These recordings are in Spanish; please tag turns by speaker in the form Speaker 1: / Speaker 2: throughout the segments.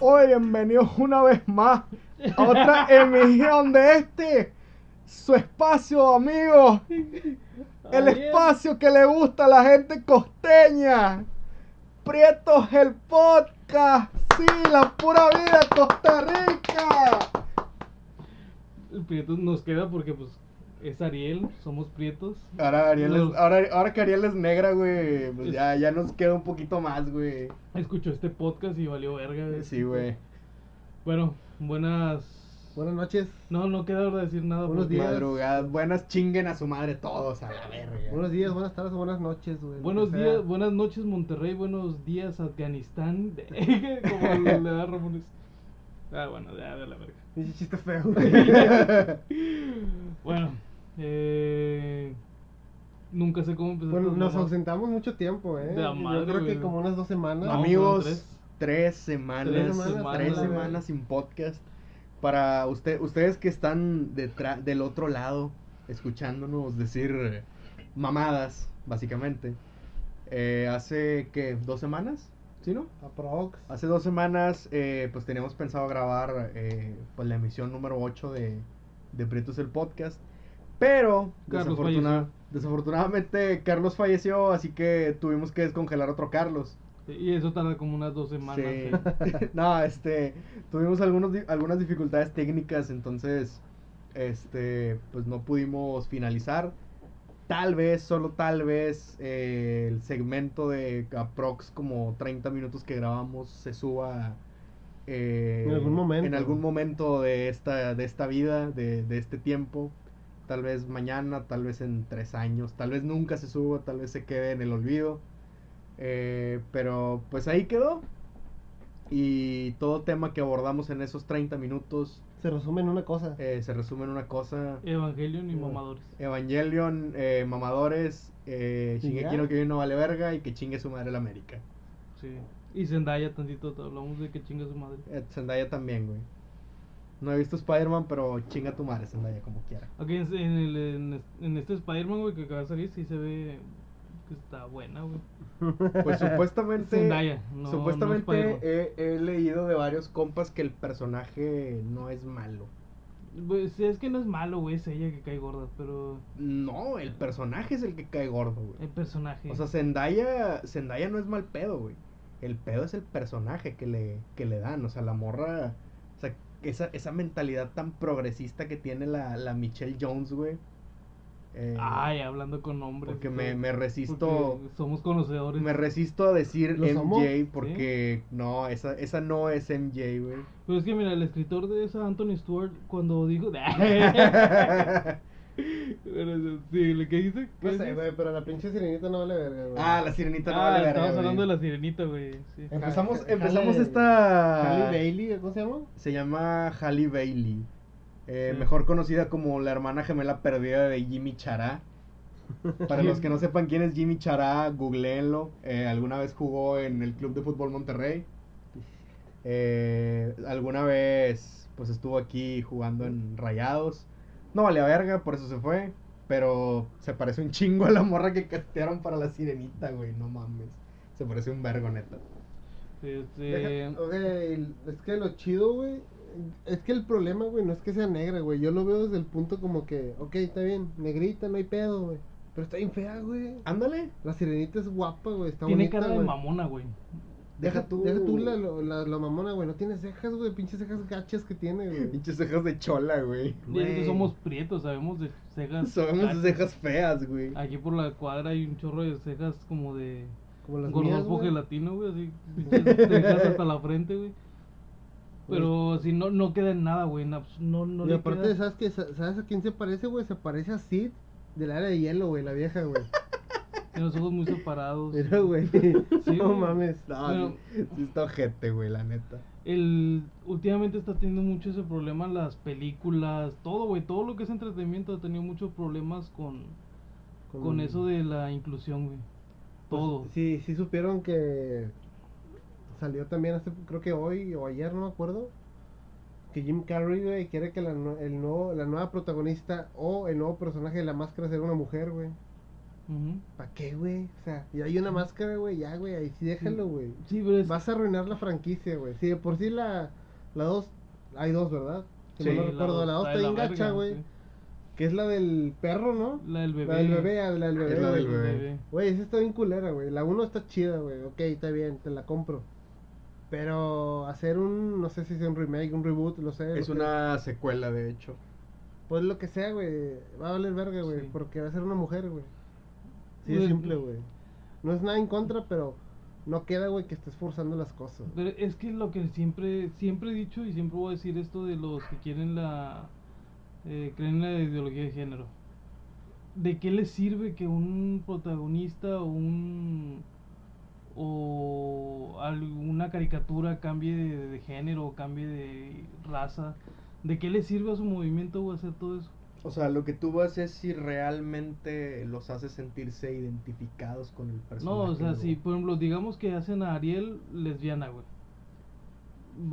Speaker 1: hoy bienvenidos una vez más a otra emisión de este, su espacio, amigos. El
Speaker 2: Ariel.
Speaker 1: espacio que le gusta a la gente costeña. Prietos el podcast. Sí, la pura vida Costa Rica.
Speaker 2: Prietos nos queda porque pues es Ariel, somos prietos.
Speaker 1: Ahora, Ariel es-
Speaker 2: Los-
Speaker 1: ahora, ahora que Ariel es negra, güey, pues
Speaker 2: Es-
Speaker 1: ya, ya nos queda un poquito más, güey.
Speaker 2: Escuchó este podcast y valió verga. güey.
Speaker 1: Sí, güey.
Speaker 2: Bueno, buenas.
Speaker 3: Buenas noches.
Speaker 2: No, no queda hora de decir nada.
Speaker 3: Buenos
Speaker 2: porque-
Speaker 3: días.
Speaker 1: Madrugadas, buenas chinguen a su madre todos, a la verga.
Speaker 3: Buenos días, buenas tardes, o buenas noches, güey.
Speaker 2: Buenos
Speaker 3: O sea,
Speaker 2: días, buenas noches Monterrey, buenos días Afganistán, como le da Ramones. Ah, bueno, ya de la verga.
Speaker 3: pinche chiste feo, güey.
Speaker 2: Bueno, eh, nunca sé cómo empezar.
Speaker 3: bueno,
Speaker 2: con
Speaker 3: nos
Speaker 2: mamá.
Speaker 3: ausentamos mucho tiempo, eh.
Speaker 2: De la madre,
Speaker 3: Yo creo
Speaker 2: güey.
Speaker 3: que como unas dos semanas.
Speaker 2: No,
Speaker 1: Amigos,
Speaker 2: fueron tres.
Speaker 1: tres semanas, tres
Speaker 2: Tres
Speaker 1: semanas,
Speaker 2: semanas,
Speaker 3: güey.
Speaker 1: sin podcast. Para usted, ustedes que están detrás del otro lado, escuchándonos decir eh, mamadas, básicamente. eh, hace que dos semanas, ¿sí no?
Speaker 3: Aprox.
Speaker 1: Hace dos semanas, eh, pues teníamos pensado grabar eh, pues, la emisión número 8 de, de Prietos el Podcast. Pero
Speaker 2: Carlos
Speaker 1: desafortuna- desafortunadamente Carlos falleció, así que tuvimos que descongelar otro Carlos.
Speaker 2: Y eso tarda como unas dos semanas.
Speaker 1: Sí.
Speaker 2: güey.
Speaker 1: no, este, tuvimos algunos, di- algunas dificultades técnicas, entonces, este, pues no pudimos finalizar. Tal vez, solo tal vez, eh, el segmento de aprox como 30 minutos que grabamos se suba eh,
Speaker 3: En algún momento.
Speaker 1: en algún momento de esta, de esta vida, de, de este tiempo. Tal vez mañana, tal vez en tres años, tal vez nunca se suba, tal vez se quede en el olvido. Eh, pero pues ahí quedó. Y todo tema que abordamos en esos 30 minutos
Speaker 3: Se resume en una cosa.
Speaker 1: eh, se resume en una cosa.
Speaker 2: Evangelion y
Speaker 3: Bueno.
Speaker 2: mamadores.
Speaker 1: Evangelion, eh, mamadores, eh,
Speaker 3: ¿Y ya?
Speaker 1: Shingeki no Kyojin no vale verga y que chingue su madre la América.
Speaker 2: Sí. Y Zendaya tantito, te hablamos de que chinga su madre.
Speaker 1: Eh, Zendaya también, güey. No he visto Spider-Man, pero chinga tu madre, Zendaya, como quiera.
Speaker 2: Aquí en, en el, en, es- en este Spider-Man, güey, que acaba de salir, sí se ve que está buena, güey.
Speaker 1: Pues supuestamente.
Speaker 2: Zendaya, no- no
Speaker 1: supuestamente
Speaker 2: Spider-Man.
Speaker 1: he, he leído de varios compas que el personaje no es malo.
Speaker 2: Pues es que no es malo, güey, es ella que cae gorda, pero
Speaker 1: No, el personaje es el que cae gordo, güey.
Speaker 2: el personaje.
Speaker 1: O sea, Zendaya, Zendaya no es mal pedo, güey. El pedo es el personaje que le, que le dan. O sea, la morra. O sea, esa, esa mentalidad tan progresista que tiene la, la Michelle Jones, güey. Eh,
Speaker 2: Ay, hablando con hombres.
Speaker 1: porque
Speaker 2: güey.
Speaker 1: me, me resisto.
Speaker 2: Porque somos conocedores.
Speaker 1: Me resisto a decir
Speaker 3: ¿Lo
Speaker 1: MJ
Speaker 3: somos?
Speaker 1: porque no, esa, esa no es MJ, güey.
Speaker 2: Pero es que mira, el escritor de esa, Anthony Stewart, cuando dijo. Pero, pues sí, ¿le- ¿Qué dice? ¿Qué
Speaker 3: No
Speaker 2: dice?
Speaker 3: sé, güey, pero la pinche sirenita no vale verga, güey.
Speaker 1: ah, la sirenita no
Speaker 2: Ah,
Speaker 1: vale verga,
Speaker 2: estamos
Speaker 1: güey.
Speaker 2: hablando de la sirenita, güey. sí.
Speaker 1: Empezamos,
Speaker 3: Halle-
Speaker 1: empezamos
Speaker 3: Halle-
Speaker 1: esta.
Speaker 3: Ah, Halle Bailey, ¿cómo se llama?
Speaker 1: Se llama Halle Bailey. eh,
Speaker 2: Sí.
Speaker 1: Mejor conocida como la hermana gemela perdida de Jimmy Chará. Para los que no sepan quién es Jimmy Chará, googleenlo. Eh, alguna vez jugó en el Club de Fútbol Monterrey. Eh, alguna vez pues estuvo aquí jugando en Rayados. No vale a verga, por eso se fue. Pero se parece un chingo a la morra que castearon para la sirenita, güey. No mames. Se parece un vergo, neta.
Speaker 2: Este,
Speaker 3: Deja- ok, el- es que lo chido, güey. Es que el problema, güey, no es que sea negra, güey. Yo lo veo desde el punto como que, ok, está bien, negrita, no hay pedo, güey. Pero está bien fea, güey.
Speaker 1: Ándale.
Speaker 3: La sirenita es guapa, güey. Está
Speaker 2: tiene
Speaker 3: bonita,
Speaker 2: cara de
Speaker 3: güey.
Speaker 2: mamona, güey.
Speaker 1: Deja tú.
Speaker 3: Deja tú la, lo- la, la mamona, güey. No tiene cejas, güey. Pinches cejas gachas que tiene, güey.
Speaker 1: Pinches cejas de chola, güey.
Speaker 2: Dice que
Speaker 3: Güey.
Speaker 2: somos prietos, sabemos de cejas.
Speaker 1: Sabemos
Speaker 2: gachas.
Speaker 1: de cejas feas, güey.
Speaker 2: Aquí por la cuadra hay un chorro de cejas como de
Speaker 3: Como las mías,
Speaker 2: gordopo
Speaker 3: güey.
Speaker 2: gelatino, güey, así pinches cejas hasta la frente, güey. Pero si no no queda en nada, güey, en abs- no no
Speaker 3: y
Speaker 2: le
Speaker 3: aparte,
Speaker 2: queda-
Speaker 3: ¿sabes, qué? Sa- ¿sabes a quién se parece, güey? Se parece a Sid del área de hielo, güey. La vieja, güey.
Speaker 2: tiene los ojos muy separados.
Speaker 3: Mira, güey. no
Speaker 2: güey.
Speaker 3: mames.
Speaker 1: No,
Speaker 2: Bueno.
Speaker 1: sí, sí está ojete, güey, la neta.
Speaker 2: El últimamente está teniendo mucho ese problema las películas, todo, güey, todo lo que es entretenimiento ha tenido muchos problemas con con eso de la inclusión, güey.
Speaker 3: Pues,
Speaker 2: Todo.
Speaker 3: sí, sí supieron que salió también hace, creo que hoy o ayer, no me acuerdo. Que Jim Carrey, güey, quiere que la, nu- el nuevo, la nueva protagonista o el nuevo personaje de la máscara sea una mujer, güey.
Speaker 2: Ujú.
Speaker 3: ¿Para qué, güey? O sea, y hay una máscara, güey, ya, güey, ahí sí déjalo, güey.
Speaker 2: Sí, pero es.
Speaker 3: Vas a arruinar la franquicia, güey. Si de por sí la la 2, hay dos, ¿verdad? Si
Speaker 1: Sí,
Speaker 3: no
Speaker 1: la
Speaker 3: lo recuerdo, la 2
Speaker 2: está de
Speaker 3: está bien
Speaker 2: la
Speaker 3: gacha,
Speaker 2: verga,
Speaker 3: güey.
Speaker 2: sí.
Speaker 3: Que es la del perro, ¿no?
Speaker 2: La del bebé.
Speaker 3: La del bebé, ah, la del bebé.
Speaker 1: Es la
Speaker 3: güey.
Speaker 1: del bebé.
Speaker 3: Güey, esa está bien culera, güey. La 1 está chida, güey. Ok, está bien, te la compro. Pero hacer un, no sé si sea un remake, un reboot, lo sé.
Speaker 1: Es
Speaker 3: lo que-
Speaker 1: una secuela, de hecho.
Speaker 3: Pues lo que sea, güey. Va a valer verga, güey.
Speaker 2: Sí.
Speaker 3: Porque va a ser una mujer, güey. Sí, es
Speaker 2: Güey,
Speaker 3: simple, güey. No es nada en contra, pero no queda, güey, que estés forzando las cosas.
Speaker 2: Pero es que lo que siempre siempre he dicho y siempre voy a decir esto de los que quieren la. eh, creen en la ideología de género. ¿De qué les sirve que un protagonista o un. o alguna caricatura cambie de, de género o cambie de raza? ¿De qué le sirve a su movimiento o hacer todo eso?
Speaker 1: O sea, lo que tú vas es si realmente los haces sentirse identificados con el personaje.
Speaker 2: No, o sea, pues.
Speaker 1: güey.
Speaker 2: si por ejemplo, digamos que hacen a Ariel lesbiana, güey.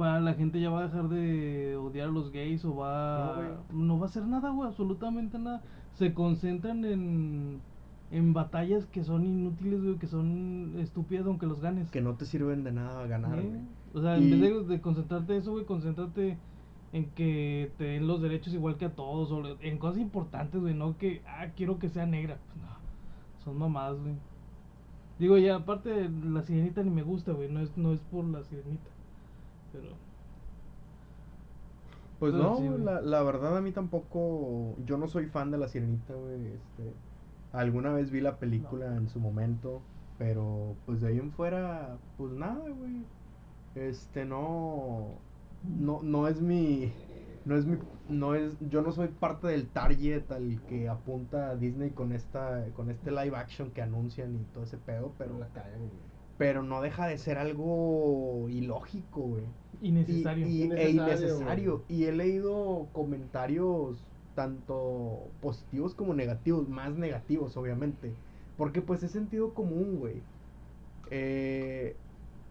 Speaker 2: Va, la gente ya va a dejar de odiar a los gays o va. No, va a hacer nada, güey, absolutamente nada. Se concentran en. en batallas que son inútiles, güey, que son estúpidas aunque los ganes.
Speaker 1: Que no te sirven de nada ganar,
Speaker 2: Sí.
Speaker 1: güey.
Speaker 2: O sea, en
Speaker 1: Y-
Speaker 2: vez de, de concentrarte en eso, güey, concéntrate en que te den los derechos igual que a todos, o le- en cosas importantes, güey, no que, ah, quiero que sea negra. Pues no, son mamadas, güey. Digo, ya, aparte, la sirenita ni me gusta, güey, no es, no es por la sirenita. Pero,
Speaker 1: Pues
Speaker 2: Pero
Speaker 1: no,
Speaker 2: sí, güey.
Speaker 1: la, la verdad a mí tampoco. Yo no soy fan de la sirenita, güey. Este, alguna vez vi la película en su momento, pero pues de ahí en fuera, pues nada, güey. Este no, no, no es mi, no es mi, no es, yo no soy parte del target al que apunta Disney con esta, con este live action que anuncian y todo ese pedo, pero,
Speaker 3: Pero la cagan, güey.
Speaker 1: pero no deja de ser algo ilógico, güey
Speaker 2: innecesario.
Speaker 1: y, y- e
Speaker 3: Innecesario,
Speaker 1: innecesario. Y he leído comentarios tanto positivos como negativos, más negativos obviamente, porque pues es sentido común, güey. Eh,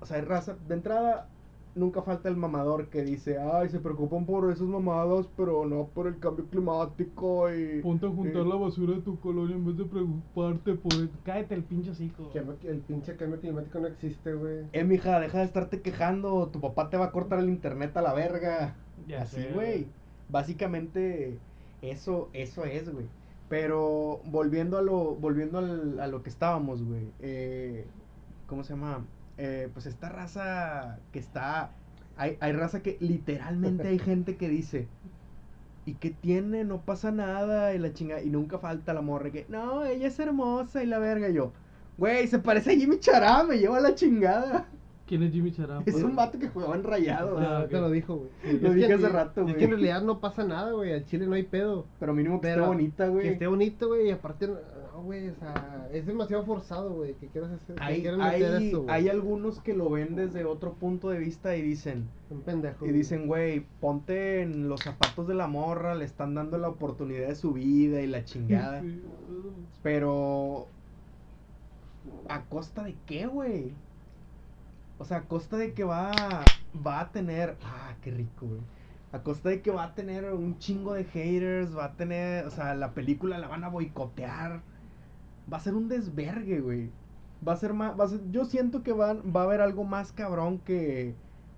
Speaker 1: o sea, hay raza, de entrada nunca falta el mamador que dice, ay, se preocupan por esos mamados, pero no por el cambio climático y...
Speaker 2: Ponte a juntar
Speaker 1: eh,
Speaker 2: la basura de tu colonia en vez de preocuparte por... Cállate el pinche hocico. güey.
Speaker 3: Que El pinche cambio climático no existe, güey.
Speaker 1: Eh, mija, deja de estarte quejando, tu papá te va a cortar el internet a la verga.
Speaker 2: Ya
Speaker 1: Así,
Speaker 2: sé,
Speaker 1: güey. Básicamente eso, eso es, güey. Pero volviendo a lo, volviendo al- a lo que estábamos, güey. eh, ¿Cómo se llama? Eh, pues esta raza que está, hay, hay raza que literalmente hay gente que dice, ¿y qué tiene? No pasa nada y la chinga y nunca falta la morra que, no, ella es hermosa y la verga y yo. Güey, se parece a Jimmy Chará, me lleva la chingada.
Speaker 2: ¿Quién es Jimmy Chará?
Speaker 1: Es un vato que jugaba en rayado,
Speaker 2: Ah,
Speaker 3: No,
Speaker 2: ok.
Speaker 3: te lo dijo, güey.
Speaker 1: Lo
Speaker 3: Es
Speaker 1: dije
Speaker 3: que-
Speaker 1: hace rato,
Speaker 3: Es
Speaker 1: güey.
Speaker 3: que en realidad no pasa nada, güey. Al chile no hay pedo.
Speaker 1: Pero mínimo que
Speaker 3: Pero
Speaker 1: esté bonita, güey.
Speaker 3: Que esté bonito, güey. Y aparte, no, güey, o sea, es demasiado forzado, güey. Que quieras hacer. que
Speaker 1: Hay,
Speaker 3: quieran
Speaker 1: hay,
Speaker 3: meter eso, güey.
Speaker 1: hay algunos que lo ven desde otro punto de vista y dicen,
Speaker 3: Un pendejo.
Speaker 1: y
Speaker 3: güey.
Speaker 1: dicen, güey, ponte en los zapatos de la morra, le están dando la oportunidad de su vida y la chingada.
Speaker 2: Sí.
Speaker 1: Pero, ¿a costa de qué, güey? O sea, a costa de que va, va a tener... Ah, qué rico, güey. A costa de que va a tener un chingo de haters, va a tener... O sea, la película la van a boicotear. Va a ser un desvergue, güey. Va a ser más... Va a ser, yo siento que va, va a haber algo más cabrón que,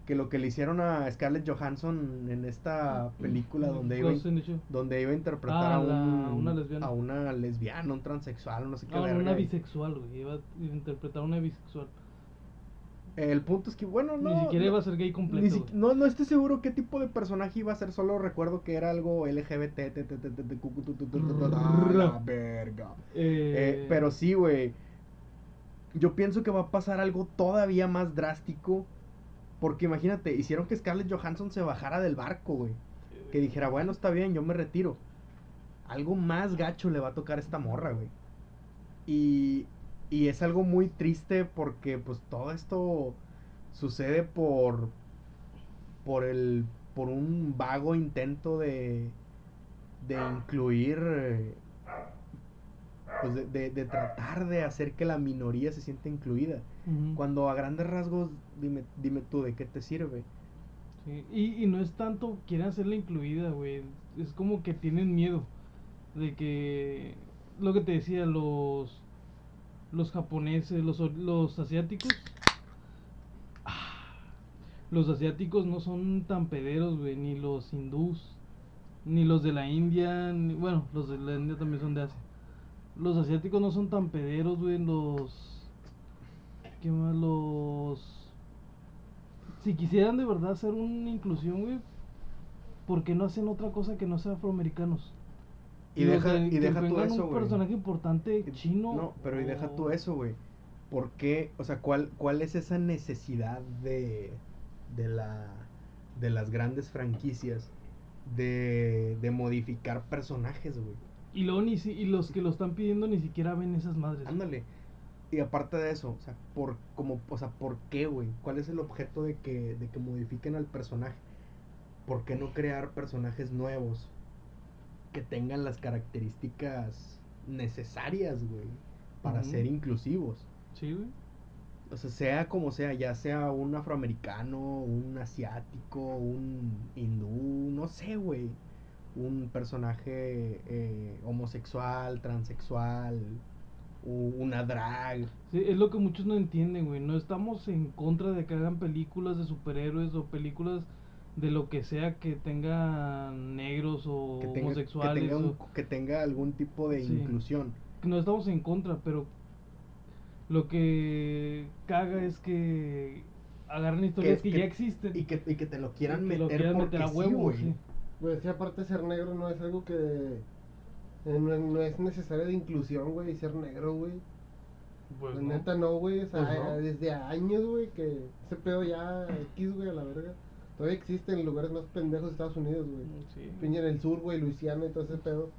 Speaker 1: que lo que le hicieron a Scarlett Johansson en esta película donde iba...
Speaker 2: Ghost in the Shell.
Speaker 1: Donde iba a interpretar
Speaker 2: Ah,
Speaker 1: a, un,
Speaker 2: la- una lesbiana.
Speaker 1: a una lesbiana, un transexual, no sé qué
Speaker 2: No, no,
Speaker 1: verga.
Speaker 2: una bisexual, güey. Iba a interpretar a una bisexual.
Speaker 1: El punto es que, bueno, no.
Speaker 2: Ni siquiera
Speaker 1: no,
Speaker 2: iba a ser gay
Speaker 1: ni
Speaker 2: completo.
Speaker 1: si-
Speaker 2: güey.
Speaker 1: no, no estoy seguro qué tipo de personaje iba a ser, solo recuerdo que era algo LGBT, te, te, te, te, te, cu, cu, tu, tu, tu, tu, tu, tu, la verga. Eh,
Speaker 2: Eh,
Speaker 1: pero sí, güey. Yo pienso que va a pasar algo todavía más drástico. Porque imagínate, hicieron que Scarlett Johansson se bajara del barco, güey.
Speaker 2: eh,
Speaker 1: Que dijera, bueno, está bien, yo me retiro. Algo más gacho le va a tocar a esta morra, güey. Y, y es algo muy triste porque pues todo esto sucede por por el por un vago intento de de incluir eh, pues de, de- de tratar de hacer que la minoría se sienta incluida
Speaker 2: Ujú.
Speaker 1: cuando a grandes rasgos dime dime tú de qué te sirve
Speaker 2: Sí, Y, y no es tanto quieren hacerla incluida, güey. Es como que tienen miedo de que lo que te decía, los los japoneses, los, los asiáticos. Ah, Los asiáticos no son tan pederos, güey, ni los hindús, ni los de la India, ni- bueno, los de la India también son de Asia. Los asiáticos no son tan pederos, güey, los... ¿Qué más? Los... Si quisieran de verdad hacer una inclusión, güey, ¿por qué no hacen otra cosa que no sea afroamericanos?
Speaker 1: Y
Speaker 2: Los
Speaker 1: deja,
Speaker 2: de-
Speaker 1: y
Speaker 2: que
Speaker 1: deja tú
Speaker 2: tengan
Speaker 1: eso,
Speaker 2: un
Speaker 1: güey.
Speaker 2: personaje importante
Speaker 1: Y-
Speaker 2: chino.
Speaker 1: No, pero y deja
Speaker 2: o-
Speaker 1: tú eso, güey. ¿Por qué? O sea, ¿cuál, cuál es esa necesidad de, de, la, de las grandes franquicias de, de modificar personajes, güey?
Speaker 2: Y, luego ni si- y los que lo están pidiendo ni siquiera ven esas madres.
Speaker 1: Ándale. Y aparte de eso, o sea, ¿por, como, o sea, ¿por qué, güey? ¿Cuál es el objeto de que, de que modifiquen al personaje? ¿Por qué no crear personajes nuevos que tengan las características necesarias, güey, para
Speaker 2: Ujú.
Speaker 1: ser inclusivos?
Speaker 2: Sí, güey.
Speaker 1: O sea, sea como sea, ya sea un afroamericano, un asiático, un hindú, no sé, güey. Un personaje eh, homosexual, transexual, u- una drag.
Speaker 2: Sí, es lo que muchos no entienden, güey. No estamos en contra de que hagan películas de superhéroes o películas de lo que sea que tengan negros o
Speaker 1: Que tenga, que,
Speaker 2: homosexuales.
Speaker 1: tenga un-
Speaker 2: o-
Speaker 1: que tenga algún tipo de
Speaker 2: Sí.
Speaker 1: inclusión.
Speaker 2: No estamos en contra, pero lo que caga es que agarran historias que,
Speaker 1: que-
Speaker 2: ya existen
Speaker 1: Y que, y que te lo quieran
Speaker 2: y que
Speaker 1: meter
Speaker 2: lo quieran
Speaker 1: porque
Speaker 2: meter a
Speaker 1: sí,
Speaker 2: huevo,
Speaker 1: güey.
Speaker 2: sí.
Speaker 3: Güey, sí, Pues aparte ser negro no es algo que... eh, No, no es necesario de inclusión, güey, ser negro, güey.
Speaker 2: Pues
Speaker 3: la
Speaker 2: no.
Speaker 3: neta no, güey. O sea,
Speaker 1: Pues no.
Speaker 3: desde años, güey, que ese pedo ya X, güey, a la verga. Todavía existe en lugares más pendejos de Estados Unidos, güey.
Speaker 2: Sí.
Speaker 3: Piña en el sur, güey, Luisiana y todo ese pedo.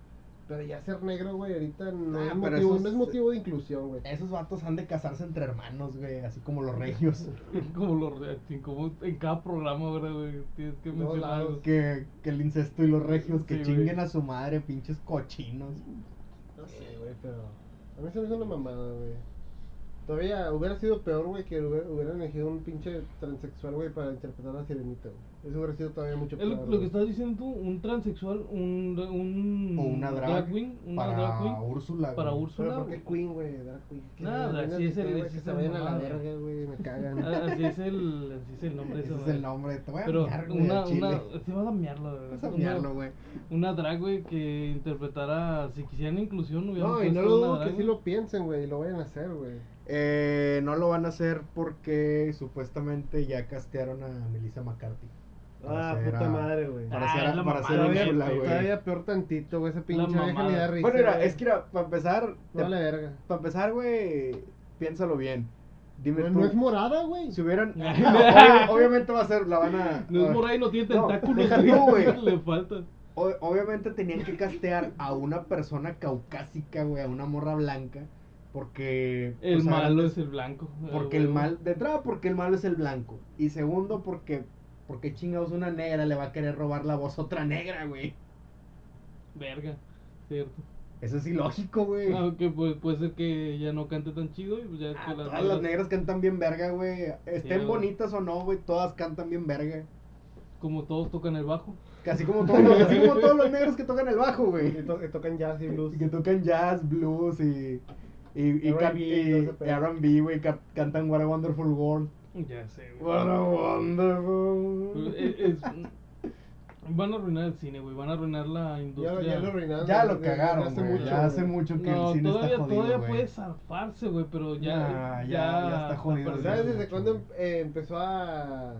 Speaker 3: Pero ya ser negro, güey, ahorita no,
Speaker 1: Ah,
Speaker 3: es,
Speaker 1: pero
Speaker 3: motivo,
Speaker 1: eso
Speaker 3: no
Speaker 1: es-
Speaker 3: es motivo de inclusión, güey.
Speaker 1: Esos vatos han de casarse entre hermanos, güey, así como los regios.
Speaker 2: Como los re- así como en cada programa, ¿verdad, güey? Tienes que
Speaker 3: No,
Speaker 2: mencionar.
Speaker 3: lados.
Speaker 2: algo.
Speaker 1: que, que el incesto y los regios, que
Speaker 2: Sí, güey.
Speaker 1: chinguen a su madre, pinches cochinos.
Speaker 3: No sé, güey, pero. Eh, A mí se me hizo una mamada, güey. Todavía hubiera sido peor, güey, que hubiera- hubieran elegido un pinche transexual, güey, para interpretar a la sirenita, güey. Eso hubiera sido todavía mucho
Speaker 2: Es
Speaker 3: peor.
Speaker 2: lo, lo
Speaker 3: güey.
Speaker 2: que estás diciendo tú, un transexual, un, un
Speaker 1: O una drag,
Speaker 2: queen, Mm, una
Speaker 1: para
Speaker 2: drag queen
Speaker 1: Úrsula.
Speaker 2: para
Speaker 1: güey.
Speaker 3: Pero
Speaker 2: Úrsula.
Speaker 3: ¿por qué Queen, güey? Drag Queen. Que
Speaker 2: Nada,
Speaker 3: me vengan
Speaker 2: sí es
Speaker 3: a
Speaker 2: el-
Speaker 3: decir,
Speaker 2: sí
Speaker 3: güey, que
Speaker 2: es
Speaker 3: se
Speaker 2: el
Speaker 3: vayan a la
Speaker 2: mamada.
Speaker 3: verga, güey, me cagan.
Speaker 2: Ah, Así es el, así es el nombre. de
Speaker 1: Ese
Speaker 2: esa
Speaker 1: es el
Speaker 2: madre.
Speaker 1: nombre. Te voy a
Speaker 2: Pero
Speaker 1: miar, güey,
Speaker 2: una,
Speaker 1: al chile.
Speaker 2: una, se va a damearlo, güey.
Speaker 1: Vas a
Speaker 2: Una-
Speaker 1: miarlo, güey.
Speaker 2: Una drag, güey, que interpretara, si quisieran inclusión, hubieran
Speaker 3: No, y no
Speaker 2: puesto
Speaker 3: lo
Speaker 2: una
Speaker 3: dudo
Speaker 2: drag,
Speaker 3: que sí
Speaker 2: güey.
Speaker 3: lo piensen, güey, y lo vayan a hacer, güey.
Speaker 1: Eh, no lo van a hacer porque supuestamente ya castearon a Melissa McCarthy. Para hacer a-
Speaker 3: Ah, güey.
Speaker 1: Para
Speaker 2: Ah,
Speaker 1: hacer,
Speaker 2: es la
Speaker 1: a- para hacer a
Speaker 2: mamada,
Speaker 3: Todavía,
Speaker 1: Úrsula, güey.
Speaker 3: todavía peor tantito, güey, esa pinche vieja
Speaker 2: mamada.
Speaker 3: ni da risa.
Speaker 1: Bueno, mira,
Speaker 3: güey.
Speaker 1: es que mira, para empezar,
Speaker 3: No la verga.
Speaker 1: para empezar, güey, piénsalo bien. Dime
Speaker 3: No,
Speaker 1: tú,
Speaker 3: no es morada, güey.
Speaker 1: si hubieran, Obvia- obviamente va a ser, la van a,
Speaker 2: No es
Speaker 1: a-
Speaker 2: Moray, no tiene
Speaker 1: Ah. No,
Speaker 2: tentáculos,
Speaker 1: deja tú, güey.
Speaker 2: Le falta.
Speaker 1: O- obviamente tenían que castear a una persona caucásica, güey, a una morra blanca, porque...
Speaker 2: El
Speaker 1: o sea,
Speaker 2: malo es el blanco.
Speaker 1: Porque
Speaker 2: Ah,
Speaker 1: el
Speaker 2: güey.
Speaker 1: mal... De entrada, porque el malo es el blanco. Y segundo, porque... Porque chingados una negra le va a querer robar la voz a otra negra, güey.
Speaker 2: Verga, cierto.
Speaker 1: Eso es ilógico, güey.
Speaker 2: Aunque pues, puede ser que ya no cante tan chido y pues ya
Speaker 1: Ah,
Speaker 2: que
Speaker 1: todas las negras cantan bien verga, güey. Estén
Speaker 2: Sí, güey.
Speaker 1: bonitas o no, güey, todas cantan bien verga.
Speaker 2: como todos tocan el bajo.
Speaker 1: Casi como todos, los- así como todos los negros que tocan el bajo, güey.
Speaker 3: Que, to- que tocan jazz y blues.
Speaker 1: Y que tocan jazz, blues y. Y, y,
Speaker 3: R&B,
Speaker 1: can- y-
Speaker 3: todo ese pedo.
Speaker 1: R&B, güey, ca- cantan What a Wonderful World.
Speaker 2: Ya sé, güey. Eh,
Speaker 1: What a Wonderful
Speaker 2: Es- es- van a arruinar el cine, güey. Van a arruinar la
Speaker 3: Ya,
Speaker 2: industria.
Speaker 3: lo- ya lo arruinaron.
Speaker 1: Ya lo
Speaker 3: güey, desde
Speaker 1: cagaron, güey. ya hace
Speaker 3: güey.
Speaker 1: mucho que
Speaker 2: No,
Speaker 1: el cine
Speaker 2: todavía,
Speaker 1: está jodido,
Speaker 2: todavía
Speaker 1: güey.
Speaker 2: puede zafarse, güey, pero
Speaker 1: Nah,
Speaker 2: ya.
Speaker 1: ya- ya está jodido,
Speaker 2: perdido.
Speaker 3: ¿Sabes
Speaker 1: güey.
Speaker 3: desde cuándo eh, empezó a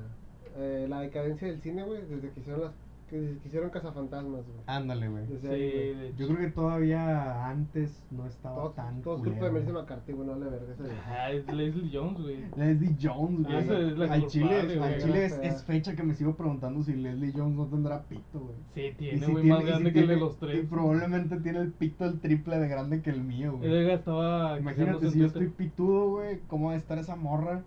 Speaker 3: eh, la decadencia del cine, güey? Desde que hicieron las que, desde que hicieron Cazafantasmas, güey.
Speaker 2: Ah,
Speaker 1: Ándale, güey.
Speaker 3: Desde
Speaker 2: Sí,
Speaker 3: ahí, güey.
Speaker 2: de
Speaker 1: Yo creo que todavía antes no estaba
Speaker 3: Todo,
Speaker 1: tan
Speaker 3: todo es
Speaker 1: culero.
Speaker 3: culpa de Melissa McCarthy, güey, no vale verga esa vieja.
Speaker 2: Ah, es Leslie Jones, güey.
Speaker 1: Leslie Jones,
Speaker 2: Ah, esa es la
Speaker 1: güey. Al chile,
Speaker 2: culpable,
Speaker 1: al
Speaker 2: güey.
Speaker 1: chile es,
Speaker 3: Gracias.
Speaker 1: es fecha que me sigo preguntando si Leslie Jones no tendrá pito, güey.
Speaker 2: Sí,
Speaker 1: Y
Speaker 2: tiene,
Speaker 1: si
Speaker 2: güey,
Speaker 1: tiene-
Speaker 2: más
Speaker 1: y si
Speaker 2: grande que el de
Speaker 1: tiene-
Speaker 2: los
Speaker 1: Y
Speaker 2: tres.
Speaker 1: probablemente tiene el pito el triple de grande que el mío, güey.
Speaker 2: Él estaba.
Speaker 1: Imagínate
Speaker 2: quejándose
Speaker 1: si yo
Speaker 2: en
Speaker 1: estoy
Speaker 2: Twitter.
Speaker 1: pitudo, güey, ¿cómo va a estar esa morra?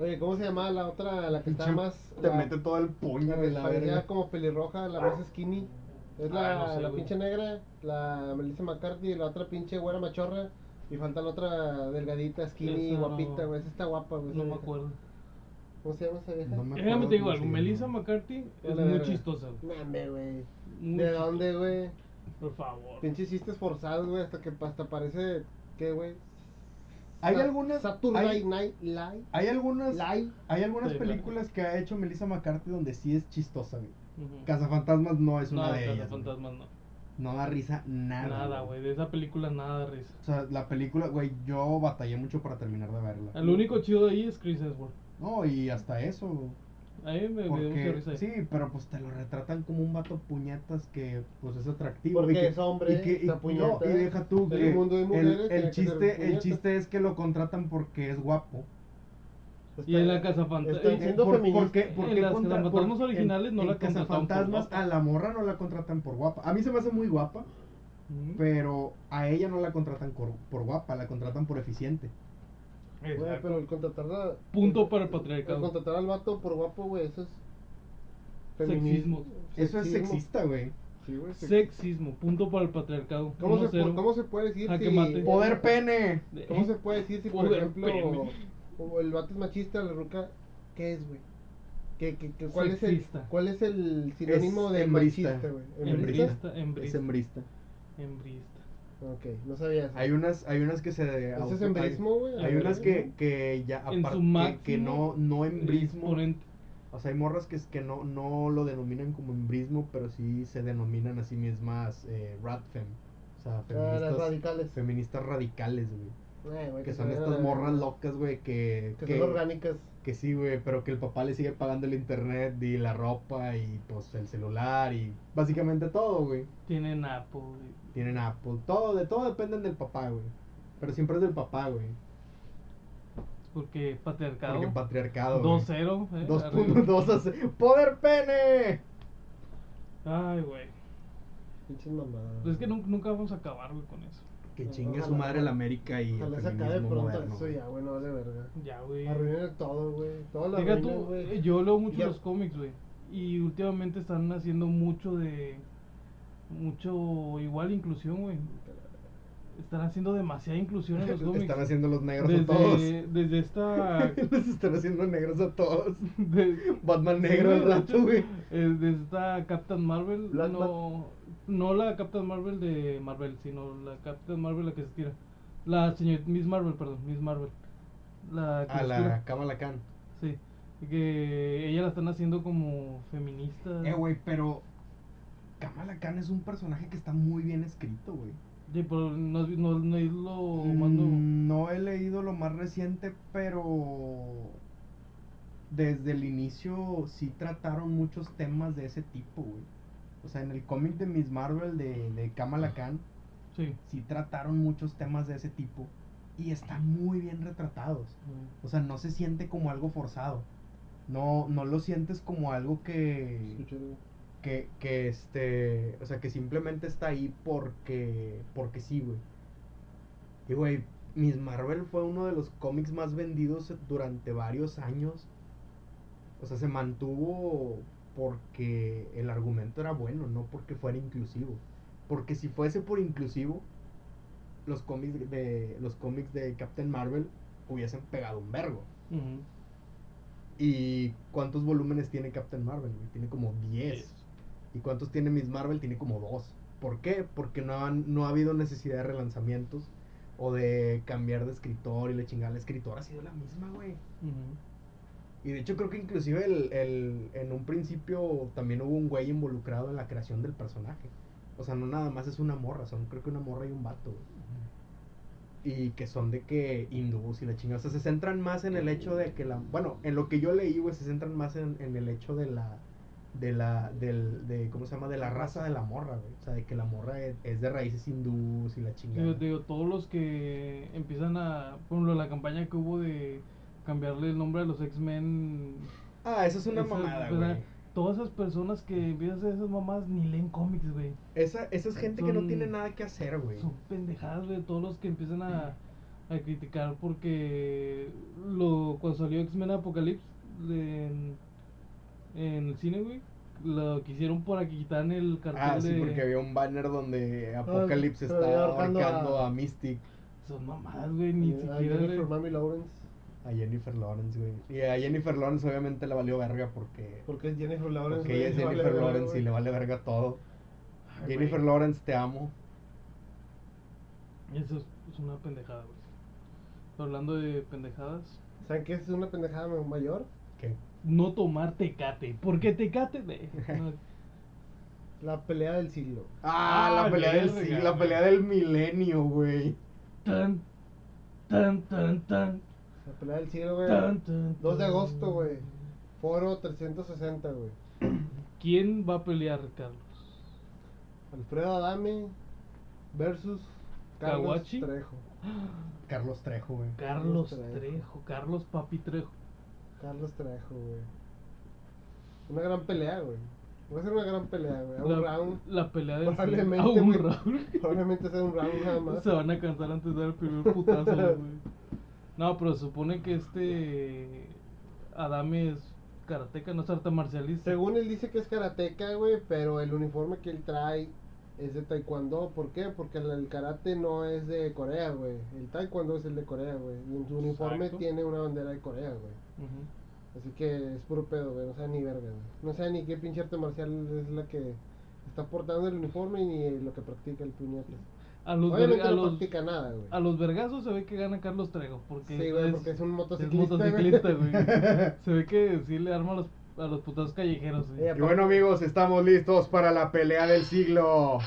Speaker 3: Oye, ¿cómo se llamaba la otra, la que estaba
Speaker 1: Pinche-
Speaker 3: más
Speaker 1: Te
Speaker 3: la-
Speaker 1: mete todo el puño,
Speaker 3: la
Speaker 1: güey,
Speaker 3: que
Speaker 1: la
Speaker 3: parecía
Speaker 1: verga.
Speaker 3: como pelirroja, la más skinny? Es la,
Speaker 2: Ah, no sé,
Speaker 3: la
Speaker 2: güey.
Speaker 3: pinche negra, la Melissa McCarthy, la otra pinche güera machorra y falta la otra delgadita, skinny,
Speaker 2: Esa no-
Speaker 3: guapita, güey. Esa está guapa, güey. esa
Speaker 2: No me
Speaker 3: vieja.
Speaker 2: acuerdo. Eh,
Speaker 3: ¿Cómo se llama esa vieja?
Speaker 1: No me
Speaker 2: Déjame
Speaker 1: acuerdo
Speaker 2: te digo
Speaker 1: cómo
Speaker 2: algo.
Speaker 1: se llama.
Speaker 2: Melissa McCarthy es
Speaker 3: Vale,
Speaker 2: muy
Speaker 3: verga.
Speaker 2: chistosa, güey.
Speaker 3: Mame, güey.
Speaker 2: Muy
Speaker 3: ¿De dónde, güey?
Speaker 2: Por favor.
Speaker 3: Pinches chistes forzados, güey, hasta que hasta parece, ¿qué, güey?
Speaker 1: Hay
Speaker 3: Sa-
Speaker 1: algunas-
Speaker 3: Saturday
Speaker 1: hay-
Speaker 3: Night Live.
Speaker 1: Hay algunas,
Speaker 3: Live.
Speaker 1: hay algunas
Speaker 2: Sí, claro.
Speaker 1: películas que ha hecho Melissa McCarthy donde sí es chistosa, güey.
Speaker 2: Ujú.
Speaker 1: Cazafantasmas no es una
Speaker 2: no,
Speaker 1: de ellas. güey.
Speaker 2: Cazafantasmas no.
Speaker 1: No da risa nada.
Speaker 2: Nada, güey. De esa película nada de risa.
Speaker 1: O sea, la película, güey, yo batallé mucho para terminar de verla.
Speaker 2: El único chido de ahí es Chris Hemsworth.
Speaker 1: No, y hasta eso.
Speaker 2: A mí me, me dio mucha
Speaker 1: Porque,
Speaker 2: risa. ahí.
Speaker 1: sí, pero pues te lo retratan como un vato puñetas que pues es atractivo.
Speaker 3: Porque
Speaker 1: y que,
Speaker 3: es hombre,
Speaker 1: y que- y-
Speaker 3: se apuñeta,
Speaker 1: no, y deja tú
Speaker 3: en
Speaker 1: que
Speaker 3: un mundo de mujeres,
Speaker 1: el,
Speaker 3: tiene
Speaker 1: el
Speaker 3: que ser
Speaker 1: chiste, el
Speaker 3: puñetas.
Speaker 1: chiste es que lo contratan porque es guapo.
Speaker 2: Y en la Cazafanta-
Speaker 3: Están
Speaker 2: eh,
Speaker 3: siendo
Speaker 1: Por-
Speaker 3: feministas.
Speaker 1: porque- porque
Speaker 2: En las
Speaker 1: contra-
Speaker 2: Cazafantasmas
Speaker 1: por-
Speaker 2: originales no
Speaker 1: en-
Speaker 2: la
Speaker 1: en
Speaker 2: contrataban por
Speaker 1: Cazafantasmas
Speaker 2: guapa.
Speaker 1: a la morra no la contratan por guapa. A mí se me hace muy guapa,
Speaker 2: Ujú.
Speaker 1: pero a ella no la contratan por, por guapa, la contratan por eficiente.
Speaker 3: Güey,
Speaker 2: Exacto.
Speaker 3: pero el contratar a-
Speaker 2: Punto para el patriarcado.
Speaker 3: El contratar al vato por guapo, güey, eso es.
Speaker 2: Sexismo.
Speaker 1: Eso es sexista, güey.
Speaker 3: Sí, güey, sex-
Speaker 2: Sexismo, punto para el patriarcado.
Speaker 3: ¿Cómo, se, pu-
Speaker 2: 1-0.
Speaker 3: ¿Cómo se puede decir
Speaker 2: Jaque
Speaker 3: si.
Speaker 2: mate.
Speaker 1: Poder pene.
Speaker 2: De-
Speaker 3: ¿Cómo se puede decir si, por
Speaker 2: Poder
Speaker 3: ejemplo,
Speaker 2: pene.
Speaker 3: o el vato es machista, la ruca, ¿qué es, güey? ¿Qué, qué, qué- cuál, es el,
Speaker 2: Sexista.
Speaker 3: ¿Cuál es el sinónimo
Speaker 1: Es
Speaker 3: de
Speaker 1: hembrista.
Speaker 3: machista, güey?
Speaker 1: Hembrista.
Speaker 2: Hembrista,
Speaker 1: Es
Speaker 2: hembrista,
Speaker 1: hembrista.
Speaker 2: hembrista.
Speaker 3: Ok, no sabía eso.
Speaker 1: Hay unas, hay unas que se.
Speaker 3: ¿Ese
Speaker 1: auto-
Speaker 3: es embrismo, güey? Ah,
Speaker 1: Hay, hay unas que, que ya.
Speaker 2: En
Speaker 1: aparte-
Speaker 2: su
Speaker 1: que-
Speaker 2: máximo eh,
Speaker 1: que no, no embrismo.
Speaker 2: Exponente.
Speaker 1: O sea, hay morras que, es que no, no lo denominan como embrismo, pero sí se denominan a sí mismas eh, radfem. O sea,
Speaker 3: Ah, las
Speaker 1: feministas,
Speaker 3: radicales.
Speaker 1: feministas radicales, güey.
Speaker 3: Ay, güey,
Speaker 1: Que
Speaker 3: se
Speaker 1: son
Speaker 3: vayan a
Speaker 1: estas
Speaker 3: la-
Speaker 1: morras locas, güey, que.
Speaker 3: Que son orgánicas.
Speaker 1: que sí, güey, pero que el papá le sigue pagando el internet y la ropa y pues el celular y básicamente todo, güey.
Speaker 2: Tienen Apo. güey.
Speaker 1: Tienen Apple, todo, de todo dependen del papá, güey. Pero siempre es del papá, güey.
Speaker 2: Porque patriarcado.
Speaker 1: Porque patriarcado. güey.
Speaker 2: 2-0. eh,
Speaker 1: Dos
Speaker 2: arriba.
Speaker 1: puntos, dos a ce- ¡Poder pene!
Speaker 2: Ay, güey.
Speaker 3: Pinches mamadas.
Speaker 2: Pues es que nun- nunca vamos a acabar, güey, con eso.
Speaker 1: Que
Speaker 3: Ojalá,
Speaker 1: chingue su madre la América y el
Speaker 3: Ojalá se acabe
Speaker 1: feminismo
Speaker 3: pronto
Speaker 1: moderno.
Speaker 3: eso ya, güey, no vale verga.
Speaker 2: Ya, güey.
Speaker 3: Arruinan todo, güey. Todo lo
Speaker 2: Diga
Speaker 3: arruinan,
Speaker 2: tú,
Speaker 3: güey.
Speaker 2: eh, yo leo mucho
Speaker 3: Ya.
Speaker 2: los cómics, güey. Y últimamente están haciendo mucho de. Mucho igual inclusión, güey. Están haciendo demasiada inclusión en los cómics.
Speaker 1: Están haciendo los negros a todos.
Speaker 2: desde, desde esta.
Speaker 1: Les están haciendo negros a todos.
Speaker 2: de-
Speaker 1: Batman negro
Speaker 2: Sí,
Speaker 1: al
Speaker 2: güey, de
Speaker 1: rato,
Speaker 2: hecho,
Speaker 1: güey.
Speaker 2: eh, de esta Captain Marvel,
Speaker 3: Black
Speaker 2: no, no la Captain Marvel de Marvel, sino la Captain Marvel la que se tira. La señor Miss Marvel, perdón, Miss Marvel. La que
Speaker 1: A
Speaker 2: se
Speaker 1: Ah, la
Speaker 2: tira.
Speaker 1: Kamala Khan.
Speaker 2: Sí. Que ella la están haciendo como feminista.
Speaker 1: Eh, güey, pero. Kamala Khan es un personaje que está muy bien escrito, güey.
Speaker 2: Sí, pero no, has vi- no- no es lo más nuevo.
Speaker 1: Mm, No he leído lo más reciente, pero desde el inicio sí trataron muchos temas de ese tipo, güey. O sea, en el cómic de Miss Marvel de, de Kamala Khan,
Speaker 2: Sí.
Speaker 1: sí trataron muchos temas de ese tipo y están muy bien retratados. O sea, no se siente como algo forzado. No, no lo sientes como algo que,
Speaker 3: Escuché, güey.
Speaker 1: que, que este, o sea, que simplemente está ahí porque, porque sí, güey. Y, güey, Miss Marvel fue uno de los cómics más vendidos durante varios años. O sea, se mantuvo porque el argumento era bueno, no porque fuera inclusivo. Porque si fuese por inclusivo, los cómics de, los cómics de Captain Marvel hubiesen pegado un vergo.
Speaker 2: Ujú.
Speaker 1: ¿Y cuántos volúmenes tiene Captain Marvel? güey? Tiene como 10. ¿Y cuántos tiene Miss Marvel? Tiene como dos. ¿Por qué? Porque no, han, no ha habido necesidad de relanzamientos o de cambiar de escritor y le chingar la escritora. Ha sido la misma, güey.
Speaker 2: Ujú.
Speaker 1: Y de hecho creo que inclusive el, el- en un principio también hubo un güey involucrado en la creación del personaje. O sea, no nada más es una morra, son creo que una morra y un vato. güey. Y que son de que hindús y la chingada. O sea, se centran más en el hecho de que la... Bueno, en lo que yo leí, güey, se centran más en, en el hecho de la... De la... Del, de, ¿Cómo se llama? De la raza de la morra, güey. O sea, de que la morra es, es de raíces hindús y la
Speaker 2: Digo,
Speaker 1: chingada.
Speaker 2: digo, todos los que empiezan a. Por ejemplo, la campaña que hubo de cambiarle el nombre a los X-Men.
Speaker 1: Ah, eso es una
Speaker 2: Eso,
Speaker 1: mamada,
Speaker 2: ¿verdad?
Speaker 1: güey.
Speaker 2: Todas esas personas que empiezan a hacer esas mamás ni leen cómics, güey.
Speaker 1: Esa, esa es gente que no
Speaker 2: Son-
Speaker 1: tiene nada que hacer, güey.
Speaker 2: Son pendejadas, güey. Todos los que empiezan a, a criticar porque lo, cuando salió X-Men Apocalypse de- en, en el cine, güey, lo que hicieron para que quitaran el cartel
Speaker 1: Ah, sí,
Speaker 2: de- Ah,
Speaker 1: porque había un banner donde Apocalypse
Speaker 3: pero ya
Speaker 1: estaba
Speaker 3: ahorcando
Speaker 1: ahorcando
Speaker 3: a-
Speaker 1: a... Mystic,
Speaker 2: Son mamadas, güey. Ni
Speaker 3: A
Speaker 2: siquiera.
Speaker 3: Eh, Jennifer
Speaker 2: le-
Speaker 3: Mami Lawrence.
Speaker 1: a Jennifer Lawrence, güey. Y a Jennifer Lawrence obviamente le valió verga porque,
Speaker 3: Porque es Jennifer Lawrence.
Speaker 1: porque ella es Jennifer Lawrence y le vale verga todo.
Speaker 2: Ay, güey,
Speaker 1: Jennifer Lawrence, te amo.
Speaker 2: Eso es, es una pendejada, güey. Hablando de pendejadas.
Speaker 3: ¿Saben qué es una pendejada mayor?
Speaker 1: ¿Qué?
Speaker 2: No tomar tecate. Porque tecate. ve, no.
Speaker 3: La pelea del siglo.
Speaker 1: Ah,
Speaker 2: Ah,
Speaker 1: la pelea del
Speaker 2: verga,
Speaker 1: sí, la
Speaker 2: güey.
Speaker 1: pelea del milenio, güey.
Speaker 2: Tan, tan, tan, tan.
Speaker 3: La pelea del siglo, güey.
Speaker 2: Tan, tan,
Speaker 3: 2 de
Speaker 2: tan.
Speaker 3: agosto, güey. Foro 360, güey.
Speaker 2: ¿Quién va a pelear, Carlos?
Speaker 3: Alfredo Adame versus Carlos
Speaker 2: ¿Kawachi?
Speaker 3: Trejo.
Speaker 1: Carlos Trejo, güey.
Speaker 2: Carlos
Speaker 3: Trejo.
Speaker 2: Trejo, Carlos Papi Trejo.
Speaker 3: Carlos Trejo, güey. Una gran pelea, güey. Va a ser una gran pelea, güey. A
Speaker 2: la,
Speaker 3: un round.
Speaker 2: la pelea del
Speaker 3: Probablemente,
Speaker 2: siglo. A un
Speaker 3: güey.
Speaker 2: round.
Speaker 3: Probablemente sea un round nada más.
Speaker 2: Se van a cansar antes de dar el primer putazo, güey. No, pero se supone que este Adame es karateca, no es arte marcialista.
Speaker 3: Según él dice que es karateca, güey, pero el uniforme que él trae es de taekwondo. ¿Por qué? Porque el, el karate no es de Corea, güey. El taekwondo es el de Corea, güey. Y en su uniforme
Speaker 2: Exacto.
Speaker 3: tiene una bandera de Corea, güey.
Speaker 2: Ujú.
Speaker 3: Así que es puro pedo, güey. No sabe ni verga, güey. No sabe ni qué pinche arte marcial es la que está portando el uniforme ni lo que practica el puñete.
Speaker 2: A los, ver-
Speaker 3: Obviamente
Speaker 2: a,
Speaker 3: no
Speaker 2: los,
Speaker 3: practica nada, güey.
Speaker 2: a los vergazos se ve que gana Carlos Trejo. Porque
Speaker 3: Sí, güey, porque es un motociclista.
Speaker 2: Es motociclista,
Speaker 3: güey.
Speaker 2: güey. Se ve que sí le arma a los, a los putados callejeros, güey.
Speaker 3: Eh,
Speaker 1: Y bueno, amigos, estamos listos para la pelea del siglo.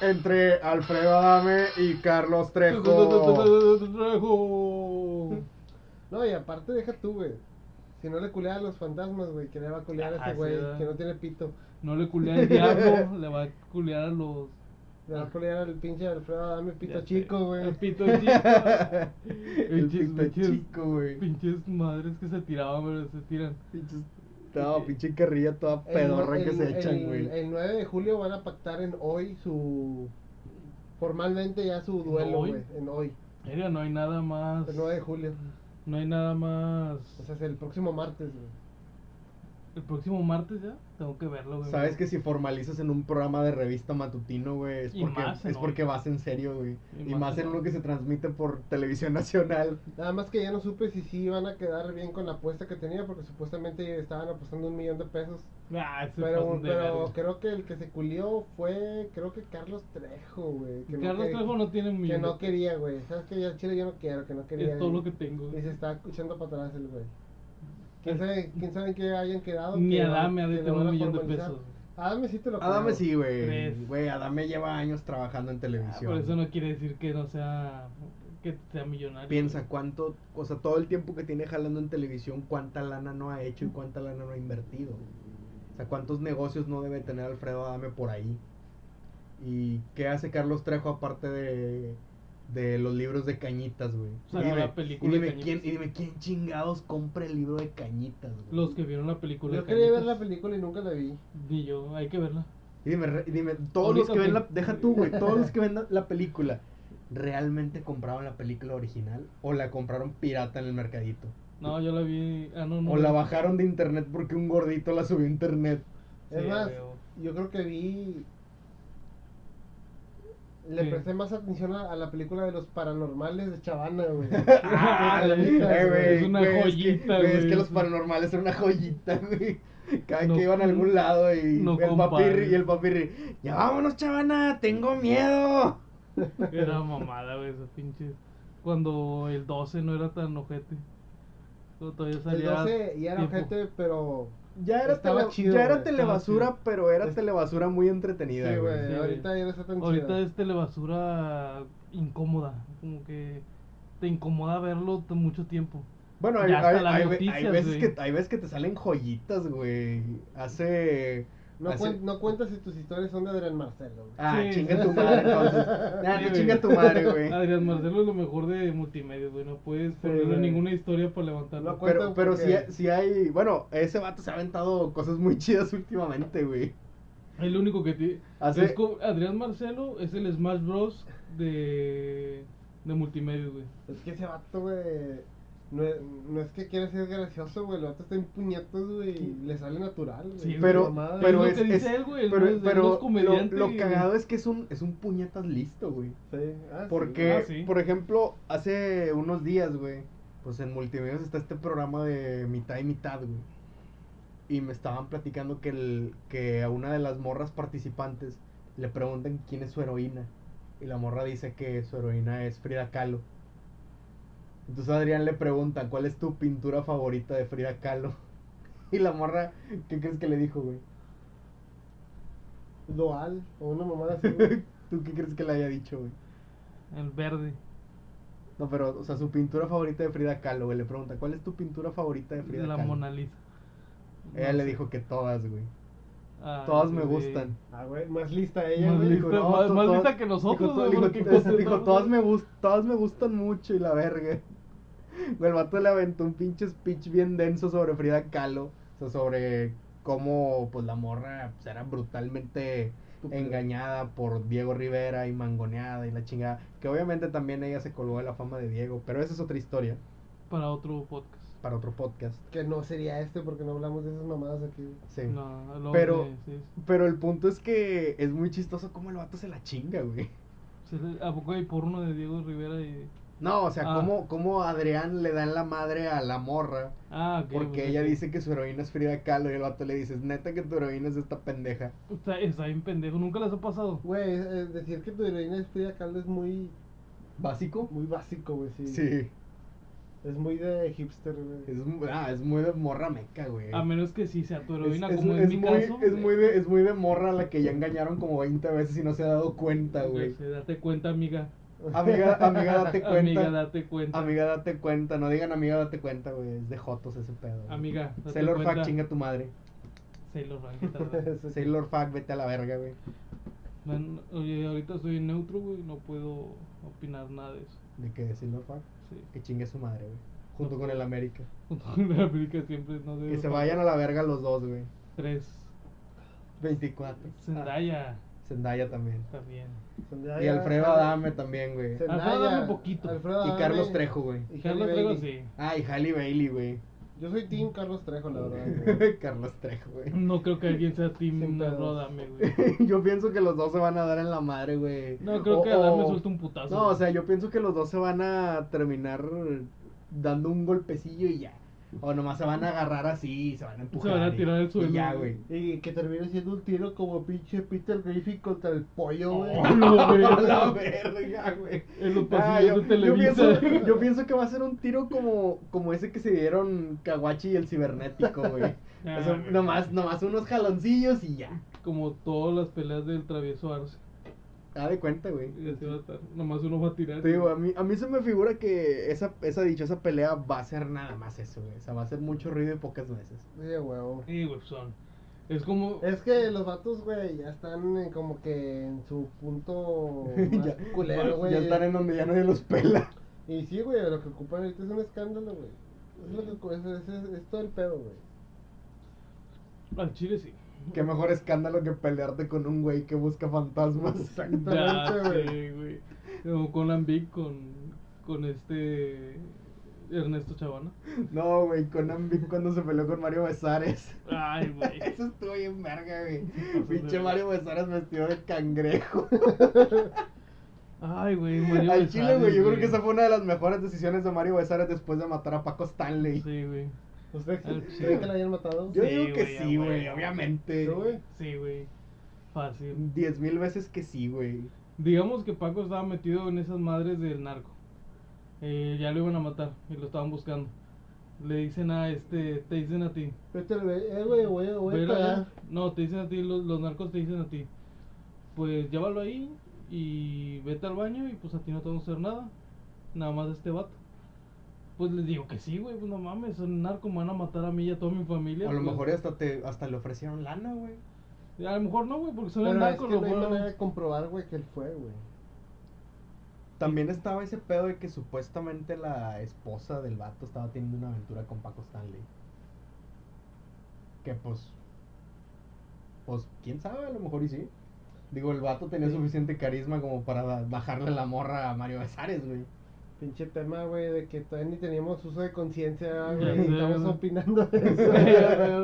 Speaker 1: Entre Alfredo Adame y Carlos Trejo.
Speaker 2: Trejo.
Speaker 3: No, y aparte deja tú, güey. Si no le culea a los fantasmas, güey, que le va a culear a
Speaker 2: Ah,
Speaker 3: ese güey,
Speaker 2: sí, ¿verdad?
Speaker 3: que no tiene pito.
Speaker 2: No le culea al diablo, le va a culear a los.
Speaker 3: Le va a culear al pinche Alfredo, dame pito
Speaker 2: ya sé,
Speaker 3: chico, güey.
Speaker 2: al pito chico.
Speaker 1: El
Speaker 2: Pinches-
Speaker 1: pito
Speaker 2: pinches-
Speaker 1: chico, güey.
Speaker 2: Pinches madres que se tiraban, pero se tiran.
Speaker 1: Pinches- No, pinche carrilla toda
Speaker 3: El-
Speaker 1: pedorra que
Speaker 3: el-
Speaker 1: se echan,
Speaker 3: el-
Speaker 1: güey.
Speaker 3: El 9 de julio van a pactar en hoy su. Formalmente ya su duelo,
Speaker 2: hoy?
Speaker 3: güey. En hoy.
Speaker 2: Mira, no hay nada más.
Speaker 3: El 9 de julio.
Speaker 2: No hay nada más.
Speaker 3: O sea, es el próximo martes, güey.
Speaker 2: El próximo martes ya tengo que verlo, güey.
Speaker 1: Sabes que si formalizas en un programa de revista matutino, güey, es
Speaker 2: Y
Speaker 1: porque,
Speaker 2: más en
Speaker 1: es porque
Speaker 2: hoy.
Speaker 1: vas en serio, güey.
Speaker 2: Y
Speaker 1: Y,
Speaker 2: más
Speaker 1: más
Speaker 2: en
Speaker 1: en uno
Speaker 2: hoy.
Speaker 1: que se transmite por televisión nacional.
Speaker 3: Nada más que ya no supe si sí iban a quedar bien con la apuesta que tenía, porque supuestamente estaban apostando un millón de pesos.
Speaker 2: Ah, se
Speaker 3: Pero,
Speaker 2: pasan de
Speaker 3: pero
Speaker 2: verga.
Speaker 3: creo que el que se culió fue, creo que Carlos Trejo, güey. que no
Speaker 2: Carlos
Speaker 3: quería-
Speaker 2: Trejo no tiene un
Speaker 3: Que
Speaker 2: millón.
Speaker 3: no quería, güey. ¿Sabes que Yo al chile yo no quiero, que no quería.
Speaker 2: Es todo lo
Speaker 3: güey.
Speaker 2: que tengo.
Speaker 3: Y se está escuchando para atrás el güey. ¿Quién sabe, quién sabe en qué hayan quedado?
Speaker 2: Ni
Speaker 3: que va-
Speaker 2: Adame ha de
Speaker 3: que lo
Speaker 2: tener
Speaker 3: van
Speaker 2: un
Speaker 3: a
Speaker 2: millón de
Speaker 3: formalizar?
Speaker 2: pesos.
Speaker 3: Adame sí te lo creo.
Speaker 1: Adame sí, güey.
Speaker 2: Tres.
Speaker 1: Güey, Adame lleva años trabajando en
Speaker 2: Ah,
Speaker 1: televisión.
Speaker 2: por eso no quiere decir que no sea. Que sea millonario.
Speaker 1: Piensa cuánto, o sea, todo el tiempo que tiene jalando en televisión, cuánta lana no ha hecho y cuánta lana no ha invertido. O sea, cuántos negocios no debe tener Alfredo Adame por ahí. ¿Y qué hace Carlos Trejo aparte de, de los libros de cañitas, güey?
Speaker 2: Sacó
Speaker 1: Y dime-
Speaker 2: la película
Speaker 1: y
Speaker 2: de
Speaker 1: dime, quién,
Speaker 2: Cañitas.
Speaker 1: y dime quién chingados compra el libro de cañitas, güey.
Speaker 2: Los que vieron la película.
Speaker 3: Yo
Speaker 2: de
Speaker 3: quería ver
Speaker 2: Cañitas.
Speaker 3: la película y nunca la vi.
Speaker 2: Ni yo, hay que verla.
Speaker 1: Y dime, re- y dime, todos
Speaker 2: Ahorita
Speaker 1: los que ven
Speaker 2: que-
Speaker 1: la, deja tú, güey, todos los que ven la- la película, ¿realmente compraron la película original o la compraron pirata en el mercadito?
Speaker 2: No, yo la vi. Ah, no, no.
Speaker 1: O la bajaron de internet porque un gordito la subió a internet.
Speaker 2: Sí,
Speaker 3: es
Speaker 2: a
Speaker 3: más,
Speaker 2: huevo.
Speaker 3: yo creo que vi. Le
Speaker 2: ¿Qué?
Speaker 3: presté más atención a, a la película de los paranormales de Chavana, güey.
Speaker 1: Ah,
Speaker 3: la
Speaker 1: eh,
Speaker 3: neta,
Speaker 1: güey,
Speaker 2: es una
Speaker 1: güey, es que-
Speaker 2: joyita,
Speaker 1: güey, Es que,
Speaker 2: güey.
Speaker 1: los paranormales eran una joyita, güey. Cada
Speaker 2: No-
Speaker 1: que iban a algún lado y
Speaker 2: no
Speaker 1: el
Speaker 2: compare.
Speaker 1: papirri y el papirri. Ya vámonos, chavana, tengo miedo.
Speaker 2: Era mamada, güey, esa pinche. Cuando el 12 no era tan ojete. Cuando todavía
Speaker 3: El
Speaker 2: salía.
Speaker 3: 12 ya era
Speaker 2: tipo-
Speaker 3: gente, pero.
Speaker 1: Ya era,
Speaker 3: Estaba
Speaker 1: tele-
Speaker 3: chido,
Speaker 1: ya era
Speaker 3: güey, estaba
Speaker 1: telebasura,
Speaker 2: chido.
Speaker 1: pero era
Speaker 3: Es-
Speaker 1: telebasura muy entretenida,
Speaker 3: Sí,
Speaker 1: güey.
Speaker 3: güey.
Speaker 2: Sí,
Speaker 3: ahorita ya no está tan
Speaker 2: Ahorita
Speaker 3: chida.
Speaker 2: es telebasura incómoda. Como que te incomoda verlo t- mucho tiempo.
Speaker 1: Bueno, hay,
Speaker 2: Ya hasta
Speaker 1: hay-
Speaker 2: las
Speaker 1: hay ve-
Speaker 2: noticias,
Speaker 1: hay veces
Speaker 2: güey.
Speaker 1: que, hay veces que te salen joyitas, güey. Hace...
Speaker 3: No,
Speaker 1: hace-
Speaker 3: cuen- no cuentas si tus historias son de Adrián Marcelo, güey.
Speaker 1: Ah,
Speaker 2: Sí.
Speaker 1: chinga tu madre, entonces. Nah,
Speaker 2: Sí,
Speaker 1: no
Speaker 2: güey.
Speaker 1: chinga tu madre, güey.
Speaker 2: Adrián Marcelo es lo mejor de multimedia, güey. No puedes ponerle
Speaker 3: güey.
Speaker 2: ninguna historia para levantarlo.
Speaker 3: No, cu-
Speaker 1: Pero,
Speaker 3: Cuenta
Speaker 1: pero sí,
Speaker 3: porque-
Speaker 1: sí hay. Bueno, ese vato se ha aventado cosas muy chidas últimamente, güey.
Speaker 2: el único que tiene.
Speaker 1: Hace-
Speaker 2: es co- Adrián Marcelo es el Smash Bros. de. de multimedia, güey.
Speaker 3: Es que ese vato, güey. No, es- no es que quiera ser gracioso, güey. El vato está en puñetos, güey. y Le sale natural, güey.
Speaker 2: Sí,
Speaker 3: Su
Speaker 1: Pero,
Speaker 3: mamada.
Speaker 1: pero
Speaker 2: Es
Speaker 1: es.
Speaker 2: lo que
Speaker 1: es-
Speaker 2: dice él, güey, él
Speaker 1: pero
Speaker 2: no es- él
Speaker 1: pero
Speaker 2: no es comediante,
Speaker 1: lo, lo
Speaker 2: güey.
Speaker 1: cagado es que es un, es un puñetas listo, güey.
Speaker 3: Sí, ah, sí.
Speaker 1: Porque,
Speaker 2: Ah, sí.
Speaker 1: por ejemplo, hace unos días, güey, pues en Multimedios está este programa de mitad y mitad, güey. Y me estaban platicando que, el, que a una de las morras participantes le preguntan quién es su heroína. Y la morra dice que su heroína es Frida Kahlo. Entonces a Adrián le preguntan, ¿cuál es tu pintura favorita de Frida Kahlo? Y la morra, ¿qué crees que le dijo, güey?
Speaker 3: Doal, o una mamada así, Ah, güey.
Speaker 1: ¿Tú qué crees que le haya dicho, güey?
Speaker 2: El verde.
Speaker 1: No, pero, o sea, su pintura favorita de Frida Kahlo, güey. Le pregunta, ¿cuál es tu pintura favorita de Frida
Speaker 2: la
Speaker 1: Kahlo?
Speaker 2: Mona Lisa.
Speaker 1: Ella
Speaker 2: No
Speaker 1: le
Speaker 2: sé.
Speaker 1: dijo que todas, güey.
Speaker 2: Ah,
Speaker 1: todas me
Speaker 2: sí.
Speaker 1: gustan.
Speaker 3: Ah, güey, más lista ella,
Speaker 2: Más
Speaker 3: güey.
Speaker 2: lista. Pero más-
Speaker 1: to-
Speaker 2: más
Speaker 1: to-
Speaker 2: lista que nosotros,
Speaker 1: dijo, to-
Speaker 2: güey,
Speaker 1: dijo,
Speaker 2: porque
Speaker 1: to-
Speaker 2: nosotros-
Speaker 1: dijo, todas, me gust- todas me gustan mucho y la verga. Güey, el vato le aventó un pinche speech bien denso sobre Frida Kahlo. O sea, sobre cómo, pues, la morra pues, era brutalmente
Speaker 3: Estúpida.
Speaker 1: engañada por Diego Rivera y mangoneada y la chingada. Que obviamente también ella se colgó de la fama de Diego, pero esa es otra historia
Speaker 2: Para otro podcast.
Speaker 1: para otro podcast.
Speaker 3: Que no sería este porque no hablamos de esas mamadas aquí, güey.
Speaker 1: Sí.
Speaker 2: No, luego
Speaker 1: Pero-
Speaker 2: sí, sí, sí.
Speaker 1: Pero el punto es que es muy chistoso cómo el vato se la chinga, güey.
Speaker 2: Sí, ¿A poco hay porno de Diego Rivera y.?
Speaker 1: No, o sea,
Speaker 2: Ah.
Speaker 1: cómo, cómo Adrián le dan la madre a la morra.
Speaker 2: Ah, ok,
Speaker 1: Porque
Speaker 2: pues,
Speaker 1: ella
Speaker 2: ok.
Speaker 1: dice que su heroína es Frida Kahlo y el vato le dice, "Es neta que tu heroína es esta pendeja.
Speaker 2: Está, está bien pendejo, nunca les ha pasado.
Speaker 3: Güey, es- es decir que tu heroína es Frida Kahlo es muy,
Speaker 1: ¿Básico?
Speaker 3: muy básico, güey, sí.
Speaker 1: Sí.
Speaker 3: Es muy de hipster, güey.
Speaker 1: Es, mu- ah, es muy de morra meca, güey.
Speaker 2: A menos que sí sea tu heroína,
Speaker 1: es, es-
Speaker 2: como en
Speaker 1: es
Speaker 2: mi
Speaker 1: muy,
Speaker 2: caso. eh.
Speaker 1: es, muy de, es muy de morra la que ya engañaron como 20 veces y no se ha dado cuenta, güey.
Speaker 2: Sí, Date cuenta, amiga.
Speaker 1: Amiga, amiga, date cuenta.
Speaker 2: Amiga, date cuenta.
Speaker 1: Amiga, date cuenta. No digan amiga, date cuenta, güey. Es de Jotos ese pedo. güey.
Speaker 2: Amiga, date
Speaker 1: Sailor
Speaker 2: cuenta.
Speaker 1: Fuck, chinga tu madre.
Speaker 2: Sailor Fuck, qué tal.
Speaker 3: Sí.
Speaker 1: Sailor Fuck, vete a la verga, güey.
Speaker 2: Man, oye, ahorita soy neutro, güey, no puedo opinar nada de eso.
Speaker 1: De que Sailor Fuck,
Speaker 2: Sí.
Speaker 1: que chingue su madre, güey. Junto con el América.
Speaker 2: La América siempre no debe
Speaker 1: Que se
Speaker 2: faltar.
Speaker 1: vayan a la verga los dos, güey.
Speaker 2: Tres.
Speaker 1: 24.
Speaker 2: Zendaya
Speaker 1: Ah, Zendaya también.
Speaker 2: también.
Speaker 3: Zendaya,
Speaker 1: Y Alfredo Adame también, güey.
Speaker 3: Zendaya,
Speaker 2: Alfredo Adame poquito.
Speaker 3: Alfredo
Speaker 1: Y
Speaker 3: Adame,
Speaker 1: Carlos Trejo, güey.
Speaker 3: y
Speaker 2: Carlos
Speaker 3: Halle
Speaker 2: Trejo,
Speaker 3: Bailey.
Speaker 2: sí.
Speaker 1: Ah, y Halle Bailey, güey.
Speaker 3: Yo soy Team Carlos Trejo, la verdad. güey.
Speaker 1: Carlos Trejo, güey.
Speaker 2: No creo que alguien sea
Speaker 3: Sin
Speaker 2: Team
Speaker 3: pedos.
Speaker 2: Rodame, güey.
Speaker 1: Yo pienso que los dos se van a dar en la madre, güey.
Speaker 2: No, creo
Speaker 1: O-
Speaker 2: que
Speaker 1: o-
Speaker 2: Adame suelta un putazo.
Speaker 1: No, o sea, yo pienso que los dos se van a terminar dando un golpecillo y ya. O nomás se van a agarrar así, y se van a empujar.
Speaker 2: van a
Speaker 1: y-
Speaker 2: tirar al suelo,
Speaker 1: Y ya,
Speaker 2: güey.
Speaker 1: Ah, güey.
Speaker 3: Y que termine siendo un tiro como pinche Peter Griffin contra el pollo, güey.
Speaker 2: Oh, no, güey.
Speaker 1: A la verga, güey.
Speaker 2: En los
Speaker 1: Ah, yo,
Speaker 2: pasillos Pues de
Speaker 1: yo
Speaker 2: Televisa.
Speaker 1: pienso, yo pienso que va a ser un tiro como, como ese que se dieron Kawachi y el cibernético, güey.
Speaker 2: Ah,
Speaker 1: O sea,
Speaker 2: güey.
Speaker 1: nomás, nomás unos jaloncillos y ya.
Speaker 2: Como todas las peleas del travieso Arce.
Speaker 1: Ah, de cuenta, güey.
Speaker 2: Y así va a estar. Nomás uno va a tirar.
Speaker 1: Te digo, a mí, a mí se me figura que esa, esa dichosa pelea va a ser nada más eso, güey. O sea, va a ser mucho ruido y pocas veces.
Speaker 3: Sí, huevo.
Speaker 2: Sí, güey, son. Es como.
Speaker 3: Es que los vatos, güey, ya están eh, como que en su punto más
Speaker 1: ya,
Speaker 3: culero, güey.
Speaker 1: ya están en donde ya nadie los pela.
Speaker 3: Y sí, güey, lo que ocupan ahorita es un escándalo, güey. Es, lo que, ocu- es, es, es- es todo el pedo, güey.
Speaker 2: Al chile sí.
Speaker 1: Qué mejor escándalo que pelearte con un güey que busca fantasmas.
Speaker 2: Ya
Speaker 3: Exactamente, güey.
Speaker 2: sé, güey. Como Conan Big con. Con este. Ernesto Chavana.
Speaker 1: No, güey, Conan Big cuando se peleó con Mario Besares.
Speaker 2: Ay, güey.
Speaker 1: Eso estuvo bien verga, güey.
Speaker 2: pasó de
Speaker 1: Pinche
Speaker 2: verga.
Speaker 1: Mario Besares vestido de cangrejo.
Speaker 2: Ay, güey. Mario
Speaker 1: Al chile, güey,
Speaker 2: Besares,
Speaker 1: yo creo que esa fue una de las mejores decisiones de Mario Besares después de matar a Paco Stanley.
Speaker 2: Sí, güey.
Speaker 3: ¿Ustedes
Speaker 2: Al
Speaker 3: creen
Speaker 2: chile.
Speaker 3: que la hayan matado?
Speaker 1: Yo
Speaker 2: Sí,
Speaker 1: digo que
Speaker 2: güey,
Speaker 1: sí,
Speaker 2: a
Speaker 1: güey,
Speaker 2: huevo.
Speaker 1: obviamente.
Speaker 3: ¿Tú, güey?
Speaker 2: Sí, güey. Fácil.
Speaker 1: Diez mil veces que sí, güey.
Speaker 2: Digamos que Paco estaba metido en esas madres del narco. Eh, ya lo iban a matar y lo estaban buscando. Le dicen a este, te dicen a ti.
Speaker 3: Vete, güey, eh, güey, voy, a- voy a
Speaker 2: "Velo allá".
Speaker 3: pagar.
Speaker 2: No, te dicen a ti, los, los narcos te dicen a ti. Pues llévalo ahí y vete al baño y pues a ti no te vamos a hacer nada. Nada más a este vato. Pues les digo que sí, güey, pues no mames, son narco, me van a matar a mí y a toda mi familia.
Speaker 1: A lo
Speaker 2: pues.
Speaker 1: mejor hasta te hasta le ofrecieron lana, güey.
Speaker 2: A lo mejor no, güey, porque son
Speaker 3: Pero
Speaker 2: el
Speaker 3: es
Speaker 2: narco,
Speaker 3: que no hay
Speaker 2: lo
Speaker 3: manera
Speaker 2: fueron-
Speaker 3: de comprobar, güey, que él fue, güey.
Speaker 1: También estaba ese pedo de que supuestamente la esposa del vato estaba teniendo una aventura con Paco Stanley. Que pues. Pues quién sabe, a lo mejor y sí. Digo, el vato tenía suficiente carisma como para da- bajarle la morra a Mario Besares, güey.
Speaker 3: Pinche tema, güey, de que todavía ni teníamos uso de conciencia, güey.
Speaker 2: Ya sé,
Speaker 3: Estamos
Speaker 2: güey.
Speaker 3: opinando de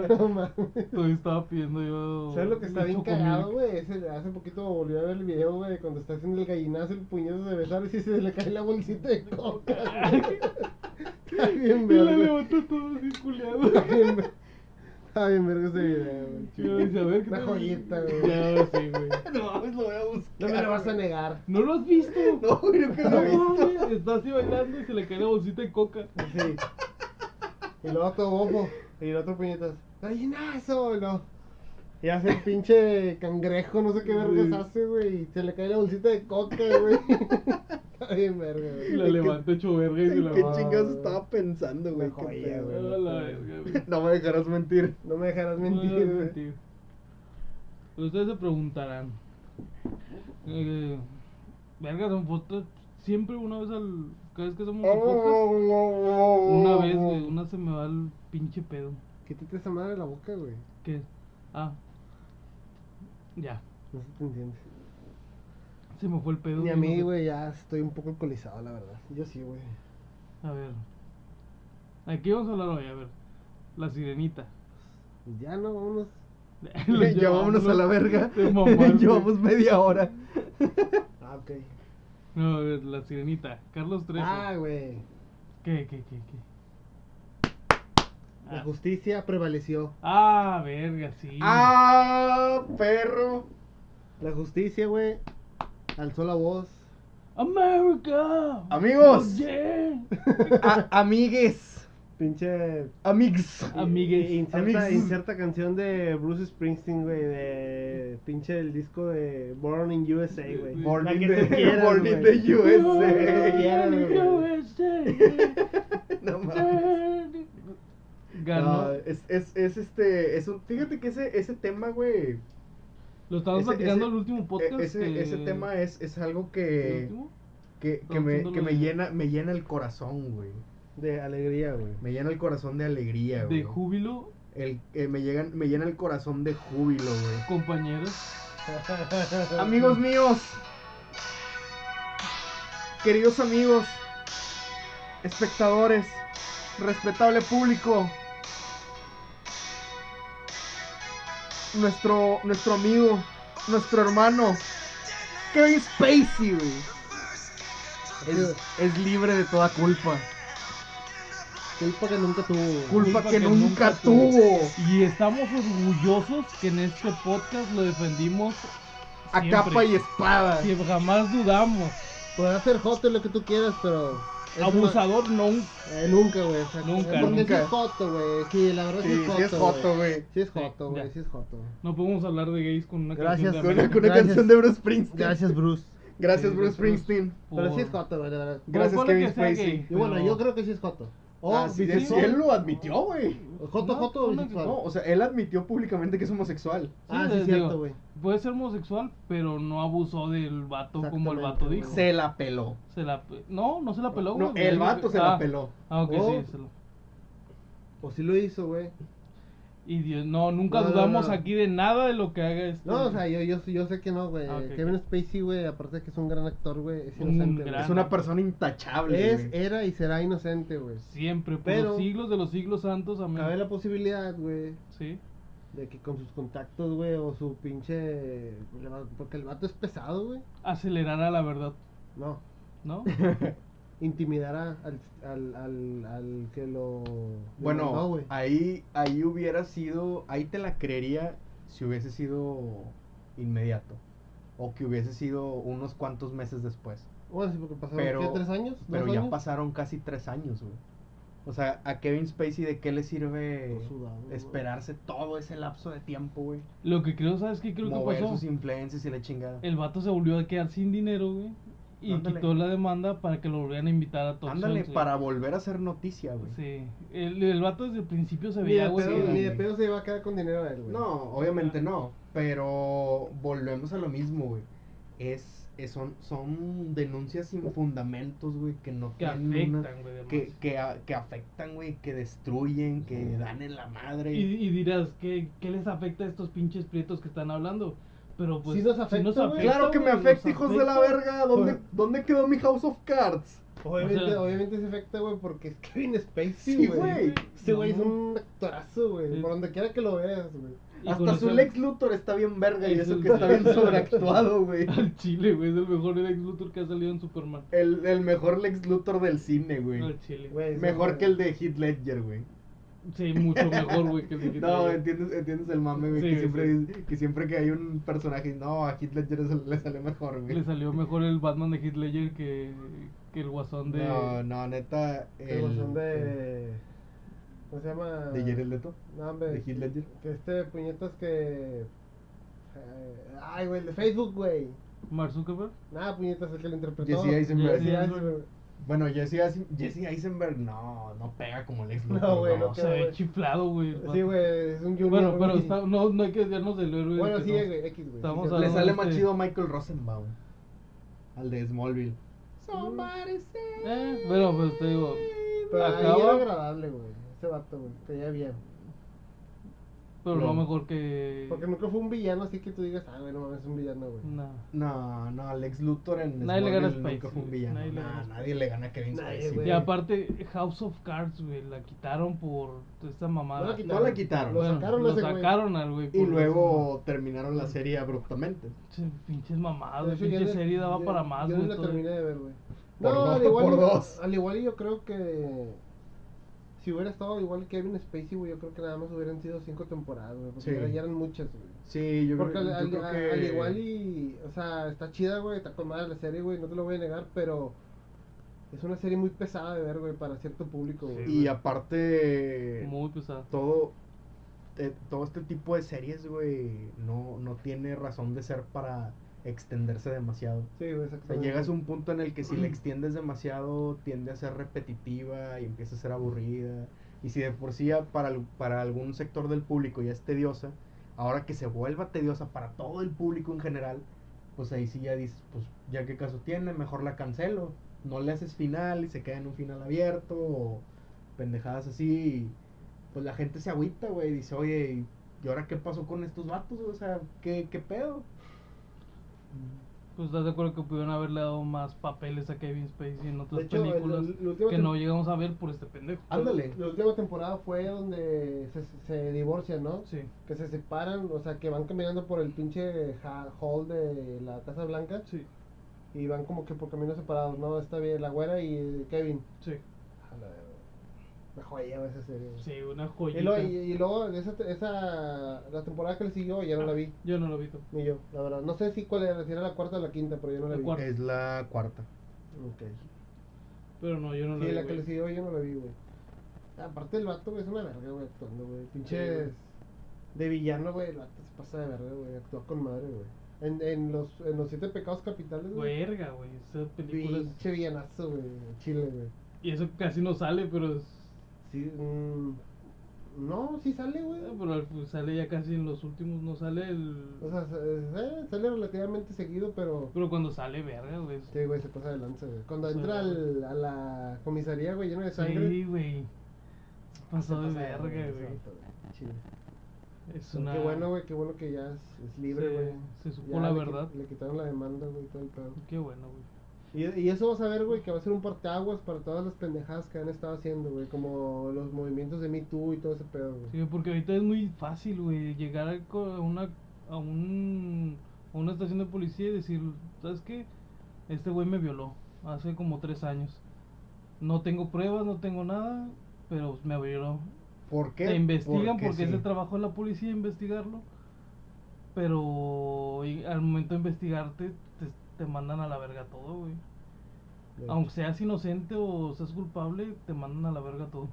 Speaker 3: eso. no mames.
Speaker 2: Todavía estaba pidiendo yo.
Speaker 3: ¿Sabes lo que está
Speaker 2: un
Speaker 3: bien
Speaker 2: chocomilk.
Speaker 3: cagado, güey? Es el- Hace poquito volví a ver el video, güey, cuando está haciendo el gallinazo, el puñazo de besares y se le cae la bolsita de coca. Está bien,
Speaker 2: Y la
Speaker 3: verga.
Speaker 2: levantó todo así culiado.
Speaker 3: Está bien ver- Está bien, verga ese video, güey.
Speaker 2: Yo dice, a ver, ¿qué
Speaker 3: Una
Speaker 2: tal?
Speaker 3: joyita, güey.
Speaker 2: Ya, sí, güey.
Speaker 1: No mames, lo voy a buscar.
Speaker 3: No me lo vas vas a negar.
Speaker 2: ¿No lo has visto?
Speaker 1: No, güey, nunca lo he visto.
Speaker 2: mames, Está así bailando y se le cae la bolsita de coca.
Speaker 3: Sí. Y luego otro bobo. Y el otro puñetas. ¡Gallinazo! No. Y hace el pinche cangrejo, no sé qué vergas hace, güey. y Se le cae la bolsita de coca, güey. Está bien, verga,
Speaker 2: Y
Speaker 3: güey.
Speaker 2: la
Speaker 1: ¿En qué-
Speaker 2: levanta hecho verga y se
Speaker 1: ¿En
Speaker 2: la
Speaker 1: qué
Speaker 2: va.
Speaker 1: chingados estaba pensando, güey?
Speaker 3: Una
Speaker 1: Qué
Speaker 3: joya,
Speaker 1: pedo.
Speaker 3: güey.
Speaker 2: A la verga, güey.
Speaker 1: No me dejarás mentir.
Speaker 3: No me dejarás
Speaker 2: No me
Speaker 3: mentir,
Speaker 2: hagas
Speaker 3: güey.
Speaker 2: mentir. Pero ustedes se preguntarán. eh, verga, son fotos. Siempre una vez al. Cada vez que somos
Speaker 3: Oh,
Speaker 2: un podcast, una vez, güey, una se me va el pinche pedo.
Speaker 3: Quítate esa madre de la boca, güey.
Speaker 2: ¿Qué? Ah. Ya.
Speaker 3: No sé si te entiendes.
Speaker 2: Se me fue el pedo.
Speaker 3: Ni a
Speaker 2: no
Speaker 3: mí,
Speaker 2: sé.
Speaker 3: güey, ya estoy un poco alcoholizado, la verdad. Yo sí, güey.
Speaker 2: A ver. Aquí vamos a hablar hoy, a ver. La sirenita.
Speaker 3: Pues Ya no, vámonos.
Speaker 2: Los
Speaker 1: Ya vámonos a la verga.
Speaker 2: Te mamaste.
Speaker 1: Llevamos media hora.
Speaker 3: Ah, ok.
Speaker 2: No, a ver, la sirenita. Carlos Trejo.
Speaker 3: Ah, güey.
Speaker 2: ¿Qué, qué, qué, qué?
Speaker 3: La
Speaker 2: Ah.
Speaker 3: justicia prevaleció.
Speaker 2: Ah, verga, sí.
Speaker 1: ¡Ah, perro!
Speaker 3: La justicia, güey, alzó la voz.
Speaker 2: America.
Speaker 1: Amigos.
Speaker 2: Yeah.
Speaker 1: A- amigues.
Speaker 3: Pinche.
Speaker 1: Amigues.
Speaker 2: Amigues.
Speaker 3: Inserta,
Speaker 1: Amigues.
Speaker 3: inserta canción de Bruce Springsteen, güey, de pinche el disco de Born in USA, güey.
Speaker 1: Born
Speaker 3: La
Speaker 1: in
Speaker 3: que
Speaker 1: the-
Speaker 3: tú quieras,
Speaker 1: Born
Speaker 3: güey.
Speaker 1: in the USA.
Speaker 3: Yeah.
Speaker 1: No mames.
Speaker 2: Ganó.
Speaker 1: No, es, es, es este. Es un, fíjate que ese, ese tema, güey.
Speaker 2: Lo estábamos
Speaker 1: ese-
Speaker 2: platicando
Speaker 1: ese-
Speaker 2: en el último podcast.
Speaker 1: e- Ese,
Speaker 2: que-
Speaker 1: ese tema es, es algo
Speaker 2: ¿El
Speaker 1: que.
Speaker 2: último?
Speaker 1: Que, que
Speaker 2: Estamos
Speaker 1: me,
Speaker 2: haciendo
Speaker 1: que
Speaker 2: lo
Speaker 1: me
Speaker 2: de-
Speaker 1: llena, me llena el corazón, güey.
Speaker 3: De alegría, güey.
Speaker 1: Me llena el corazón de alegría, güey.
Speaker 2: De júbilo,
Speaker 1: El, eh, me, llegan, me llena el corazón de júbilo, güey.
Speaker 2: compañeros.
Speaker 1: Amigos míos, queridos amigos, espectadores, respetable público, nuestro, nuestro amigo, nuestro hermano, Kevin Spacey, güey, es, es libre de toda culpa.
Speaker 3: Culpa que nunca tuvo.
Speaker 1: Culpa, que, nunca, tuvo.
Speaker 2: Y estamos orgullosos que en este podcast lo defendimos
Speaker 1: A
Speaker 2: siempre.
Speaker 1: capa y espada.
Speaker 2: Que jamás dudamos.
Speaker 3: Podrás ser jote lo que tú quieras, pero. es
Speaker 2: Abusador no.
Speaker 3: una- eh, nunca, güey. o sea,
Speaker 2: Nunca,
Speaker 3: Porque
Speaker 1: nunca.
Speaker 3: sí es joto, güey. Sí, la verdad sí,
Speaker 1: Sí,
Speaker 3: es joto.
Speaker 1: sí es joto, güey.
Speaker 3: Sí es joto, güey.
Speaker 2: Ya.
Speaker 3: Sí es joto.
Speaker 2: No podemos hablar de gays con una canción
Speaker 3: Gracias,
Speaker 2: de
Speaker 1: Con una, con
Speaker 2: América.
Speaker 1: una
Speaker 3: Gracias.
Speaker 1: canción de Bruce Springsteen.
Speaker 3: Gracias, Bruce.
Speaker 1: Gracias, Bruce
Speaker 2: Sí, gracias, Bruce.
Speaker 1: Springsteen.
Speaker 3: Pero sí es
Speaker 2: Por-
Speaker 3: joto, güey, la verdad.
Speaker 1: Gracias,
Speaker 2: Supone
Speaker 1: Kevin
Speaker 2: que sea
Speaker 1: Spacey.
Speaker 2: gay,
Speaker 3: Y bueno,
Speaker 2: pero-
Speaker 3: yo creo que sí es joto. O
Speaker 1: ah, sí,
Speaker 2: sí,
Speaker 1: sí,
Speaker 2: sí.
Speaker 1: él lo admitió, güey.
Speaker 3: Joto,
Speaker 2: No,
Speaker 3: joto,
Speaker 2: una-
Speaker 3: bisexual.
Speaker 1: No, o sea, él admitió públicamente que es homosexual.
Speaker 3: Ah, sí,
Speaker 2: les
Speaker 3: es cierto,
Speaker 2: digo,
Speaker 3: güey.
Speaker 2: Puede ser homosexual, pero no abusó del vato como el vato
Speaker 3: Exactamente,
Speaker 2: dijo.
Speaker 3: güey.
Speaker 1: Se la peló.
Speaker 2: Se la pe- No, no se la peló,
Speaker 1: No,
Speaker 2: güey.
Speaker 1: el vato se
Speaker 2: Ah,
Speaker 1: la peló.
Speaker 2: Ah, ok,
Speaker 3: Oh.
Speaker 2: sí, se lo-
Speaker 3: O si lo hizo, güey.
Speaker 2: Y Dios, no, nunca
Speaker 3: No, no,
Speaker 2: dudamos
Speaker 3: no.
Speaker 2: aquí de nada de lo que haga este.
Speaker 3: No, o sea, yo, yo, yo sé que no, güey.
Speaker 2: Ah, ok,
Speaker 3: Kevin
Speaker 2: ok.
Speaker 3: Spacey, güey, aparte de que es un gran actor, güey, es
Speaker 2: Un
Speaker 3: inocente. güey.
Speaker 2: gran-
Speaker 1: Es una persona intachable.
Speaker 3: Es,
Speaker 1: güey.
Speaker 3: era y será inocente, güey.
Speaker 2: Siempre, por
Speaker 3: Pero-
Speaker 2: los siglos de los siglos santos, amén.
Speaker 3: Cabe la posibilidad, güey,
Speaker 2: Sí.
Speaker 3: de que con sus contactos, güey, o su pinche. Porque el vato es pesado, güey.
Speaker 2: Acelerará la verdad,
Speaker 3: No.
Speaker 2: ¿no?
Speaker 3: Intimidará al, al, al, al que lo.
Speaker 1: Bueno,
Speaker 3: demandó, güey.
Speaker 1: ahí, ahí hubiera sido. Ahí te la creería si hubiese sido inmediato. O que hubiese sido unos cuantos meses después.
Speaker 3: Bueno, sí, porque pasaron
Speaker 1: pero-
Speaker 3: ¿qué, tres años. ¿Dos
Speaker 1: Pero ya
Speaker 3: años?
Speaker 1: pasaron casi tres años, güey. O sea, a Kevin Spacey, ¿de qué le sirve
Speaker 3: Todo sudado, güey.
Speaker 1: esperarse todo ese lapso de tiempo, güey?
Speaker 2: Lo que creo, ¿sabes qué creo
Speaker 1: mover
Speaker 2: que pasó?
Speaker 1: sus influencias y la chingada.
Speaker 2: El vato se volvió a quedar sin dinero, güey. Y
Speaker 1: Ándale.
Speaker 2: quitó la demanda para que lo volvieran a invitar a todos.
Speaker 1: Ándale, para volver a hacer noticia, güey.
Speaker 2: Sí. El, el vato desde el principio se
Speaker 3: Ni
Speaker 2: veía,
Speaker 3: de,
Speaker 2: güey.
Speaker 3: pedo,
Speaker 2: que-
Speaker 3: ni de pedo se iba a quedar con dinero a él, güey.
Speaker 1: No, obviamente no, pero volvemos a lo mismo, güey. Es, es- son, son denuncias sin fundamentos, güey, que no
Speaker 2: que
Speaker 1: tienen una-
Speaker 2: afectan, güey. además.
Speaker 1: que, que, a- que afectan, güey, que destruyen, que dan en la madre.
Speaker 2: Y, y dirás, ¿qué, ¿qué les afecta a estos pinches prietos que están hablando? Pero pues.
Speaker 3: Sí nos afecta, güey.
Speaker 1: claro que me
Speaker 2: güey, nos
Speaker 1: afecta, hijos de la
Speaker 2: afecta.
Speaker 1: verga. ¿Dónde,
Speaker 3: Pues-
Speaker 1: ¿Dónde quedó mi House of Cards?
Speaker 3: Obviamente,
Speaker 2: O sea-
Speaker 3: obviamente se afecta, güey, porque es Kevin
Speaker 1: Sí,
Speaker 3: Spacey,
Speaker 1: güey.
Speaker 3: güey. Este
Speaker 2: No,
Speaker 3: güey es
Speaker 2: no.
Speaker 3: un actorazo, güey.
Speaker 2: Sí.
Speaker 3: Por donde quiera que lo veas, güey.
Speaker 2: Y
Speaker 1: Hasta
Speaker 2: con
Speaker 1: su
Speaker 2: ese-
Speaker 1: Lex Luthor está bien verga y
Speaker 2: Es
Speaker 1: eso
Speaker 2: el-
Speaker 1: que está bien sobreactuado, güey.
Speaker 2: Al chile, güey. Es el mejor Lex Luthor que ha salido en Superman.
Speaker 1: El, el mejor Lex Luthor del cine, güey.
Speaker 2: Al chile.
Speaker 3: Güey, es
Speaker 1: Mejor
Speaker 3: un-
Speaker 1: que el de Heath Ledger, güey.
Speaker 2: Sí, mucho mejor, güey, que el de Heath
Speaker 1: No,
Speaker 2: Ledger.
Speaker 1: entiendes, entiendes el mame, güey.
Speaker 2: Sí,
Speaker 1: que, siempre,
Speaker 2: sí.
Speaker 1: dice- que siempre que hay un personaje, no, a Heath Ledger se- le sale mejor, güey.
Speaker 2: Le salió mejor el Batman de Heath Ledger que, que el guasón de.
Speaker 1: No, no, neta.
Speaker 3: El guasón de. ¿Cómo se llama?
Speaker 1: de Jared Leto.
Speaker 3: No, hombre,
Speaker 1: de Heath Ledger.
Speaker 3: Que este puñetas que. eh, ay, güey, el de Facebook, güey.
Speaker 2: Mark Zuckerberg.
Speaker 3: Nada, puñetas, el que lo interpretó.
Speaker 1: Jesse Eisenberg.
Speaker 3: Jesse Eisenberg.
Speaker 1: Bueno, Jesse, Eisen- Jesse Eisenberg no, no pega como Lex
Speaker 3: No,
Speaker 1: Luthor.
Speaker 3: güey, no
Speaker 2: No, se
Speaker 3: queda,
Speaker 2: ve
Speaker 3: güey.
Speaker 2: chiflado, güey. el
Speaker 3: Sí,
Speaker 2: vato.
Speaker 3: güey, es un junior.
Speaker 2: Bueno,
Speaker 3: güey.
Speaker 2: pero está- no, no hay que desviarnos del héroe.
Speaker 3: Bueno,
Speaker 2: que
Speaker 3: sí,
Speaker 2: no-
Speaker 3: güey, X, güey.
Speaker 2: Estamos
Speaker 3: Sí,
Speaker 1: Le
Speaker 2: hablando-
Speaker 1: sale más
Speaker 2: este-
Speaker 1: chido Michael Rosenbaum. Al de Smallville. Somebody say-
Speaker 2: Eh, bueno, pues te digo.
Speaker 3: Pero ahí
Speaker 2: acaba-
Speaker 3: era agradable, güey. Ese vato, güey. Caía bien.
Speaker 2: Pero no
Speaker 1: No.
Speaker 2: mejor que.
Speaker 3: Porque nunca fue un villano, así que tú digas, ah, güey, no mames, es un villano, güey.
Speaker 2: No.
Speaker 1: No, no, Lex Luthor en
Speaker 2: Nadie le gana a
Speaker 1: Smallville nunca
Speaker 2: Spacey,
Speaker 1: fue un
Speaker 2: güey.
Speaker 1: villano.
Speaker 2: Nadie le gana a
Speaker 1: Nah,
Speaker 2: Spacey.
Speaker 1: nadie le gana a Kevin
Speaker 3: Nadie,
Speaker 1: Spacey.
Speaker 3: güey.
Speaker 2: Y aparte, House of Cards, güey, la quitaron por esta mamada.
Speaker 3: la
Speaker 1: No la quitaron.
Speaker 3: Lo
Speaker 2: Bueno,
Speaker 3: sacaron, a
Speaker 2: lo
Speaker 3: ese güey.
Speaker 2: sacaron al güey.
Speaker 1: Y
Speaker 2: por
Speaker 1: luego terminaron la serie abruptamente.
Speaker 2: eso. Pinche- Pinches
Speaker 3: De
Speaker 2: mamadas,
Speaker 3: hecho, yo
Speaker 2: Ah, pinche
Speaker 3: le-
Speaker 2: serie daba
Speaker 3: yo-
Speaker 2: para más,
Speaker 3: Yo
Speaker 2: güey.
Speaker 3: no la
Speaker 2: todo.
Speaker 3: terminé de ver, güey.
Speaker 1: Por
Speaker 3: no,
Speaker 1: dos,
Speaker 3: al igual,
Speaker 1: por
Speaker 3: yo-
Speaker 1: dos.
Speaker 3: Al igual yo creo que. Si hubiera estado igual Kevin Spacey, güey, yo creo que nada más hubieran sido cinco temporadas, güey. Porque
Speaker 1: Sí.
Speaker 3: ya- ya eran muchas, güey.
Speaker 1: Sí, yo,
Speaker 3: Porque
Speaker 1: creo,
Speaker 3: al,
Speaker 1: yo creo
Speaker 3: al- a-
Speaker 1: que...
Speaker 3: al igual y. O sea, está chida, güey, está con madre la serie, güey, no te lo voy a negar, pero. Es una serie muy pesada de ver, güey, para cierto público, güey.
Speaker 1: Y aparte,
Speaker 2: Muy pesada.
Speaker 1: todo, eh, todo este tipo de series, güey, no, no tiene razón de ser para extenderse demasiado.
Speaker 3: Sí, güey,
Speaker 1: O sea,
Speaker 3: exactamente.
Speaker 1: llegas a un punto en el que si la extiendes demasiado tiende a ser repetitiva y empieza a ser aburrida. Y si de por sí ya para, al- para algún sector del público ya es tediosa, ahora que se vuelva tediosa para todo el público en general, pues ahí sí ya dices, pues ya qué caso tiene, mejor la cancelo. No le haces final y se queda en un final abierto o pendejadas así. y, pues la gente se agüita, güey, y dice, oye, ¿y ahora qué pasó con estos vatos? O sea, ¿qué, qué pedo?
Speaker 2: Pues estás de acuerdo que pudieron haberle dado más papeles a Kevin Spacey en otras
Speaker 3: De hecho, el-
Speaker 2: películas
Speaker 3: el- Ah, la última
Speaker 2: que
Speaker 3: tem-
Speaker 2: no llegamos a ver por este pendejo.
Speaker 1: Ándale.
Speaker 3: La última temporada fue donde se, se divorcian, ¿no?
Speaker 2: Sí.
Speaker 3: que se separan, o sea, que van caminando por el pinche ha- hall de la Casa Blanca
Speaker 2: Sí,
Speaker 3: y van como que por caminos separados, ¿no? Está bien, la güera y Kevin.
Speaker 2: sí.
Speaker 3: A la verga. Una joya, güey, esa serie. güey.
Speaker 2: Sí, una
Speaker 3: y,
Speaker 2: joyita.
Speaker 3: luego, y, y luego, esa, te- esa, la temporada que le siguió, ya no la vi,
Speaker 2: Yo no lo vi.
Speaker 3: ni yo, la verdad. No sé si cuál era, si era la cuarta o la quinta, pero yo no la,
Speaker 2: La
Speaker 3: vi.
Speaker 2: cuarta.
Speaker 1: Es la cuarta.
Speaker 3: Ok.
Speaker 2: Pero no, yo no lo
Speaker 3: Sí,
Speaker 2: vi.
Speaker 3: la que
Speaker 2: güey.
Speaker 3: le siguió, yo no la vi, güey. Aparte, el vato, güey, es una verga, güey, actuando, güey. Pinches.
Speaker 2: güey.
Speaker 3: de villano, güey, el vato se pasa de verga, güey. Actúa con madre, güey. En, en, los, en los siete pecados capitales, güey.
Speaker 2: Verga, güey. Esa película. es-
Speaker 3: Pinche villanazo, güey. en Chile, güey.
Speaker 2: Y eso casi no sale, pero es-
Speaker 3: Sí, mm, no, sí sale, güey.
Speaker 2: eh, Pero al- pues, sale ya casi en los últimos, no sale el.
Speaker 3: O sea, sale, sale relativamente seguido, pero.
Speaker 2: Pero cuando sale, verga, güey. es-
Speaker 3: Sí, güey, se pasa de lanza, güey. Cuando
Speaker 2: Sí.
Speaker 3: entra al, a la comisaría, güey, lleno de sangre.
Speaker 2: Sí, güey. Pasó de
Speaker 3: se pasa
Speaker 2: verga,
Speaker 3: ese
Speaker 2: güey.
Speaker 3: vato, güey. Chile.
Speaker 2: Es una.
Speaker 3: Qué bueno, güey, qué bueno que ya es, es libre,
Speaker 2: Se-
Speaker 3: güey.
Speaker 2: se supo
Speaker 3: Ya
Speaker 2: la
Speaker 3: le qui-
Speaker 2: verdad.
Speaker 3: Le quitaron la demanda, güey, todo el pedo.
Speaker 2: Qué bueno, güey.
Speaker 3: Y, y eso vas a ver, güey, que va a ser un parteaguas para todas las pendejadas que han estado haciendo, güey. Como los movimientos de Me Too y todo ese pedo, güey.
Speaker 2: Sí, porque ahorita es muy fácil, güey, llegar al co- a una, a, un, a una estación de policía y decir, ¿sabes qué? Este güey me violó hace como tres años. No tengo pruebas, no tengo nada, pero me violó.
Speaker 1: ¿Por qué?
Speaker 2: Te investigan porque, es
Speaker 1: sí.
Speaker 2: el trabajo de la policía investigarlo, pero y al momento de investigarte te, te mandan a la verga todo, güey.
Speaker 3: De-
Speaker 2: Aunque seas inocente o seas culpable, te mandan a la verga todo.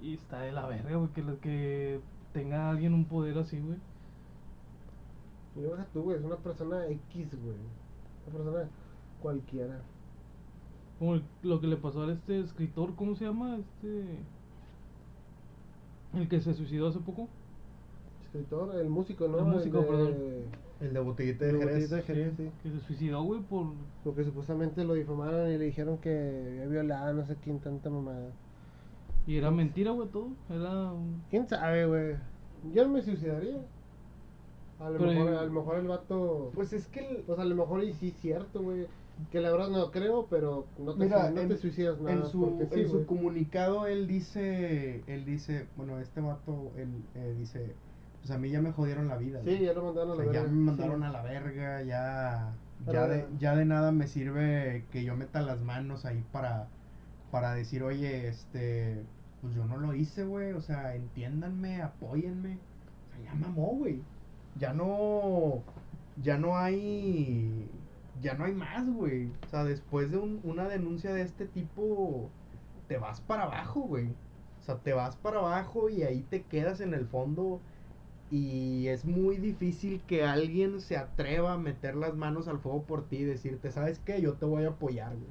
Speaker 2: Y está de la verga, güey, que, lo- que tenga alguien un poder así, güey.
Speaker 3: Y luego deja tú, güey, es una persona X, güey. Una persona cualquiera.
Speaker 2: Como el- lo que le pasó a este escritor, ¿cómo se llama? Este. El que se suicidó hace poco.
Speaker 3: Escritor, el músico, ¿no?
Speaker 2: El músico,
Speaker 3: de-
Speaker 2: perdón.
Speaker 1: El de botellita
Speaker 3: de
Speaker 1: de
Speaker 3: Botellita
Speaker 1: Jerez.
Speaker 3: de Jerez, sí.
Speaker 2: Que se suicidó, güey, por.
Speaker 3: Porque supuestamente lo difamaron y le dijeron que había violado no sé quién, tanta mamada.
Speaker 2: Y era mentira, güey, todo. Era. un-
Speaker 3: ¿Quién sabe, güey? Yo no me suicidaría. A lo,
Speaker 2: Pero-
Speaker 3: mejor, a lo mejor el vato...
Speaker 1: Pues es que el-
Speaker 3: Pues a lo mejor y sí es cierto, güey. Que la verdad no creo, pero no te,
Speaker 1: Mira,
Speaker 3: no
Speaker 1: en-
Speaker 3: te suicidas nada.
Speaker 1: en su,
Speaker 3: porque sí,
Speaker 1: en su
Speaker 3: güey.
Speaker 1: comunicado él dice, él dice, bueno, este vato, él eh, dice, pues a mí ya me jodieron la vida.
Speaker 3: Sí,
Speaker 1: ¿no?
Speaker 3: ya lo mandaron
Speaker 1: O
Speaker 3: a
Speaker 1: sea,
Speaker 3: la
Speaker 1: ya
Speaker 3: verga.
Speaker 1: me mandaron
Speaker 3: Sí.
Speaker 1: a la verga, ya,
Speaker 3: Pero-
Speaker 1: ya, de, ya de nada me sirve que yo meta las manos ahí para, para decir, oye, este, pues yo no lo hice, güey. O sea, entiéndanme, apóyenme. O sea, ya mamó, güey. Ya no. Ya no hay. Ya no hay más, güey. O sea, después de un- una denuncia de este tipo, te vas para abajo, güey. O sea, te vas para abajo y ahí te quedas en el fondo. Y es muy difícil que alguien se atreva a meter las manos al fuego por ti y decirte, ¿sabes qué? Yo te voy a apoyar, güey.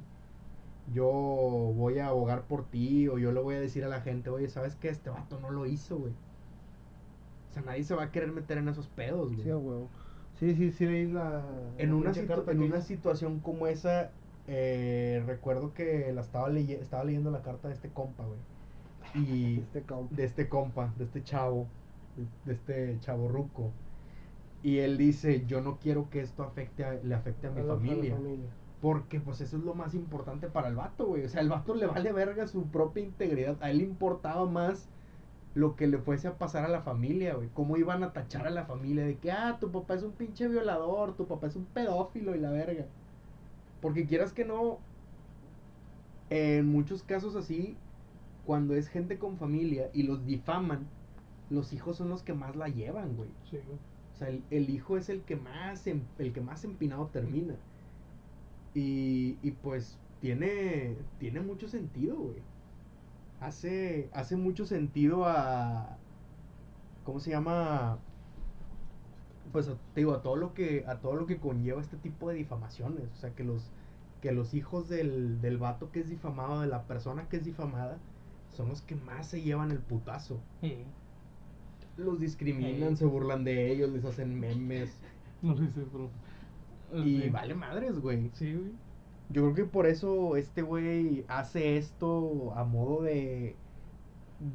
Speaker 1: Yo voy a abogar por ti o yo le voy a decir a la gente, oye, ¿sabes qué? Este vato no lo hizo, güey. O sea, nadie se va a querer meter en esos pedos, güey.
Speaker 3: Sí, a huevo. Sí, sí, sí, leí la.
Speaker 1: En
Speaker 3: la
Speaker 1: una,
Speaker 3: pinche
Speaker 1: situ-
Speaker 3: carta
Speaker 1: en
Speaker 3: que-
Speaker 1: una situación como esa, eh, recuerdo que la estaba, leye- estaba leyendo la carta de este compa, güey. Y
Speaker 3: Este compa.
Speaker 1: de este compa, de este chavo, de, de este chavo ruco. Y él dice, yo no quiero que esto afecte a- le afecte a mi
Speaker 3: A la- a la
Speaker 1: familia. Porque pues eso es lo más importante para el vato, güey. O sea, el vato le vale verga su propia integridad. A él le importaba más lo que le fuese a pasar a la familia, güey. Cómo iban a tachar a la familia de que, ah, tu papá es un pinche violador, tu papá es un pedófilo y la verga. Porque quieras que no, en muchos casos así, cuando es gente con familia y los difaman, los hijos son los que más la llevan, güey.
Speaker 2: Sí, güey.
Speaker 1: O sea, el, el hijo es el que más em- el que más empinado termina. Y, y pues tiene, tiene mucho sentido, güey. Hace, hace mucho sentido a... ¿Cómo se llama? Pues a- te digo, a todo lo que, a todo lo que conlleva este tipo de difamaciones. O sea, que los, que los hijos del, del vato que es difamado, de la persona que es difamada, son los que más se llevan el putazo
Speaker 2: Eh,
Speaker 1: los discriminan,
Speaker 2: Ey.
Speaker 1: se burlan de ellos, les hacen memes.
Speaker 2: no lo hice, pero.
Speaker 1: Y
Speaker 2: Sí.
Speaker 1: vale madres, güey.
Speaker 2: Sí, güey.
Speaker 1: Yo creo que por eso este güey hace esto a modo de.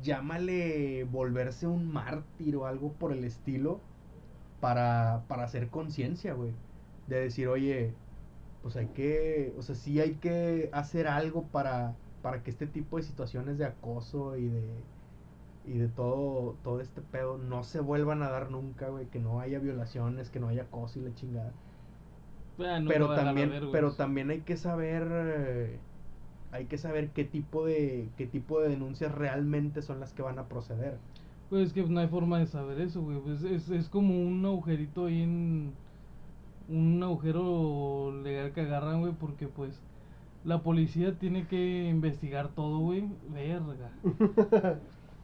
Speaker 1: Llámale volverse un mártir o algo por el estilo. Para, para hacer conciencia, güey. De decir, oye, pues hay que. O sea, sí hay que hacer algo para, para que este tipo de situaciones de acoso y de. Y de todo, todo este pedo no se vuelvan a dar nunca, güey. Que no haya violaciones, que no haya acoso y la chingada
Speaker 2: Ah, no lo
Speaker 1: pero
Speaker 2: van a
Speaker 1: también
Speaker 2: ver, güey.
Speaker 1: pero también hay que saber eh, hay que saber qué tipo de qué tipo de denuncias realmente son las que van a proceder
Speaker 2: Pues es que no hay forma de saber eso, güey. Pues es, es como un agujerito ahí en. Un agujero legal que agarran, güey, porque pues. La policía tiene que investigar todo, güey. Verga.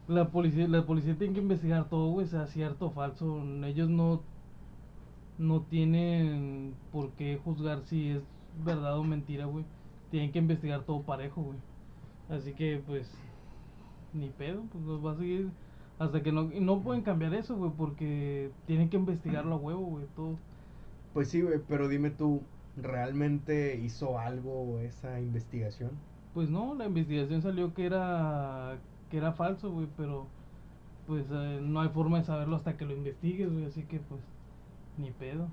Speaker 2: La policía, la policía tiene que investigar todo, güey, sea cierto o falso. Ellos no, no tienen por qué juzgar si es verdad o mentira, güey. Tienen que investigar todo parejo, güey. Así que, pues, ni pedo, pues nos va a seguir hasta que no... y no pueden cambiar eso, güey, porque tienen que investigarlo a huevo, güey, todo.
Speaker 1: pues sí güey pero dime tú realmente hizo algo esa investigación
Speaker 2: Pues no, la investigación salió que era, que era falso, güey, pero pues eh, no hay forma de saberlo hasta que lo investigues, güey, así que, pues, ni pedo.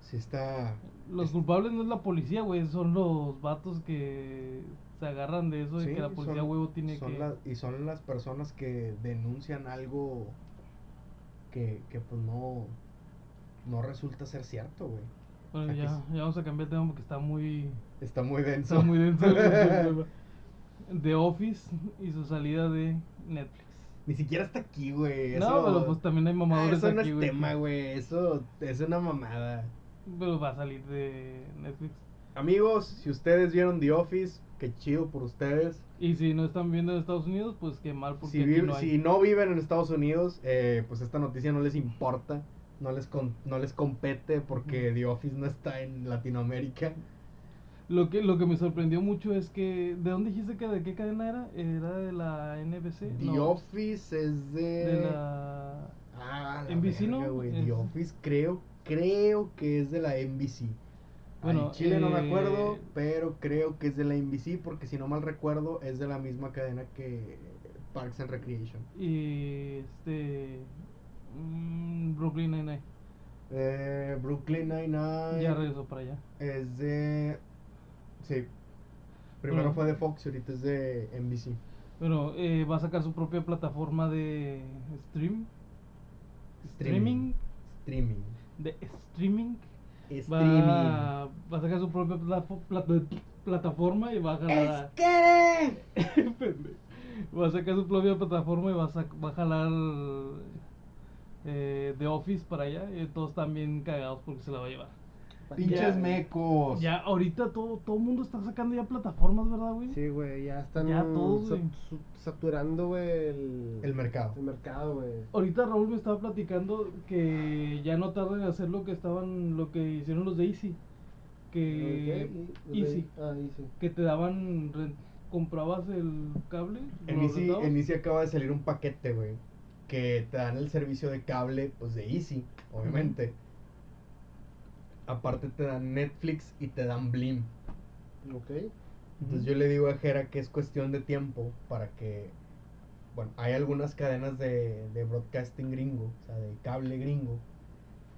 Speaker 1: si está
Speaker 2: Los
Speaker 1: Es-
Speaker 2: culpables no es la policía, güey, son los vatos que se agarran de eso y
Speaker 1: sí,
Speaker 2: que la policía,
Speaker 1: son-
Speaker 2: huevo, tiene
Speaker 1: son
Speaker 2: que...
Speaker 1: las- y son las personas que denuncian algo que, que pues no no resulta ser cierto güey
Speaker 2: Bueno,
Speaker 1: aquí
Speaker 2: ya,
Speaker 1: es-
Speaker 2: ya vamos a cambiar de tema porque está muy...
Speaker 1: está muy denso
Speaker 2: Está muy denso el tema. The Office y su salida de Netflix.
Speaker 1: ni siquiera está aquí güey
Speaker 2: No,
Speaker 1: eso-
Speaker 2: pero pues también hay
Speaker 1: Ah,
Speaker 2: mamadores
Speaker 1: eso no
Speaker 2: aquí,
Speaker 1: es
Speaker 2: güey,
Speaker 1: tema,
Speaker 2: que-
Speaker 1: güey. Eso es una mamada.
Speaker 2: Pero pues, va a salir de Netflix.
Speaker 1: Amigos, si ustedes vieron The Office, qué chido por ustedes.
Speaker 2: Y si no están viendo en Estados Unidos, pues qué mal porque
Speaker 1: Si,
Speaker 2: aquí
Speaker 1: vi-
Speaker 2: no hay.
Speaker 1: si no viven en Estados Unidos, eh, pues esta noticia no les importa. No les, con- no les compete porque The Office no está en Latinoamérica.
Speaker 2: Lo que, lo que me sorprendió mucho es que... ¿De dónde dijiste que de qué cadena era? ¿Era de la NBC?
Speaker 1: The
Speaker 2: No,
Speaker 1: Office es de.
Speaker 2: De la...
Speaker 1: Ah, la
Speaker 2: NBC,
Speaker 1: verga,
Speaker 2: ¿no?
Speaker 1: güey.
Speaker 2: Es-
Speaker 1: The Office creo, creo que es de la NBC. Bueno,
Speaker 2: Bueno,
Speaker 1: Chile no me
Speaker 2: eh,
Speaker 1: acuerdo, pero creo que es de la NBC porque si no mal recuerdo es de la misma cadena que Parks and Recreation.
Speaker 2: Y este. mm, Brooklyn Nine-Nine.
Speaker 1: Eh, Brooklyn
Speaker 2: Ya
Speaker 1: Nine-Nine
Speaker 2: regresó para allá.
Speaker 1: es de... Sí. Primero
Speaker 2: Bueno.
Speaker 1: fue de Fox y ahorita es de NBC.
Speaker 2: Bueno, eh, va a sacar su propia plataforma de stream. Streaming.
Speaker 1: Streaming.
Speaker 2: De streaming.
Speaker 1: Streaming.
Speaker 2: Va, va a sacar su
Speaker 1: Este.
Speaker 2: propia plafo- pla- plataforma y va a jalar. a-
Speaker 1: ¡Es que!
Speaker 2: Pendejo. Va a sacar su propia plataforma y va a, sac- va a jalar eh, The Office para allá. Y todos están bien cagados porque se la va a llevar.
Speaker 1: Pinches
Speaker 3: Ya-
Speaker 1: mecos.
Speaker 2: Ya ahorita todo todo mundo está sacando ya plataformas, ¿verdad, güey?
Speaker 3: Sí, güey, ya están
Speaker 2: Ya todos,
Speaker 3: sa-
Speaker 2: güey.
Speaker 3: su- saturando, güey, el,
Speaker 1: El mercado.
Speaker 3: el mercado, güey.
Speaker 2: Ahorita Raúl me estaba platicando que ya no tardan en hacer lo que estaban, lo que hicieron los de Easy. Que
Speaker 3: Ok, y-
Speaker 2: Easy.
Speaker 3: Ah, Easy.
Speaker 2: que te daban, re- comprabas el cable.
Speaker 1: En
Speaker 2: lo
Speaker 1: Easy,
Speaker 2: rentabas.
Speaker 1: en Easy acaba de salir un paquete, güey. Que te dan el servicio de cable, pues de Easy, obviamente. Aparte te dan Netflix y te dan Blim.
Speaker 3: Ok.
Speaker 1: Entonces yo le digo a Jera que es cuestión de tiempo para que. Bueno, hay algunas cadenas de, de broadcasting gringo, o sea, de cable gringo,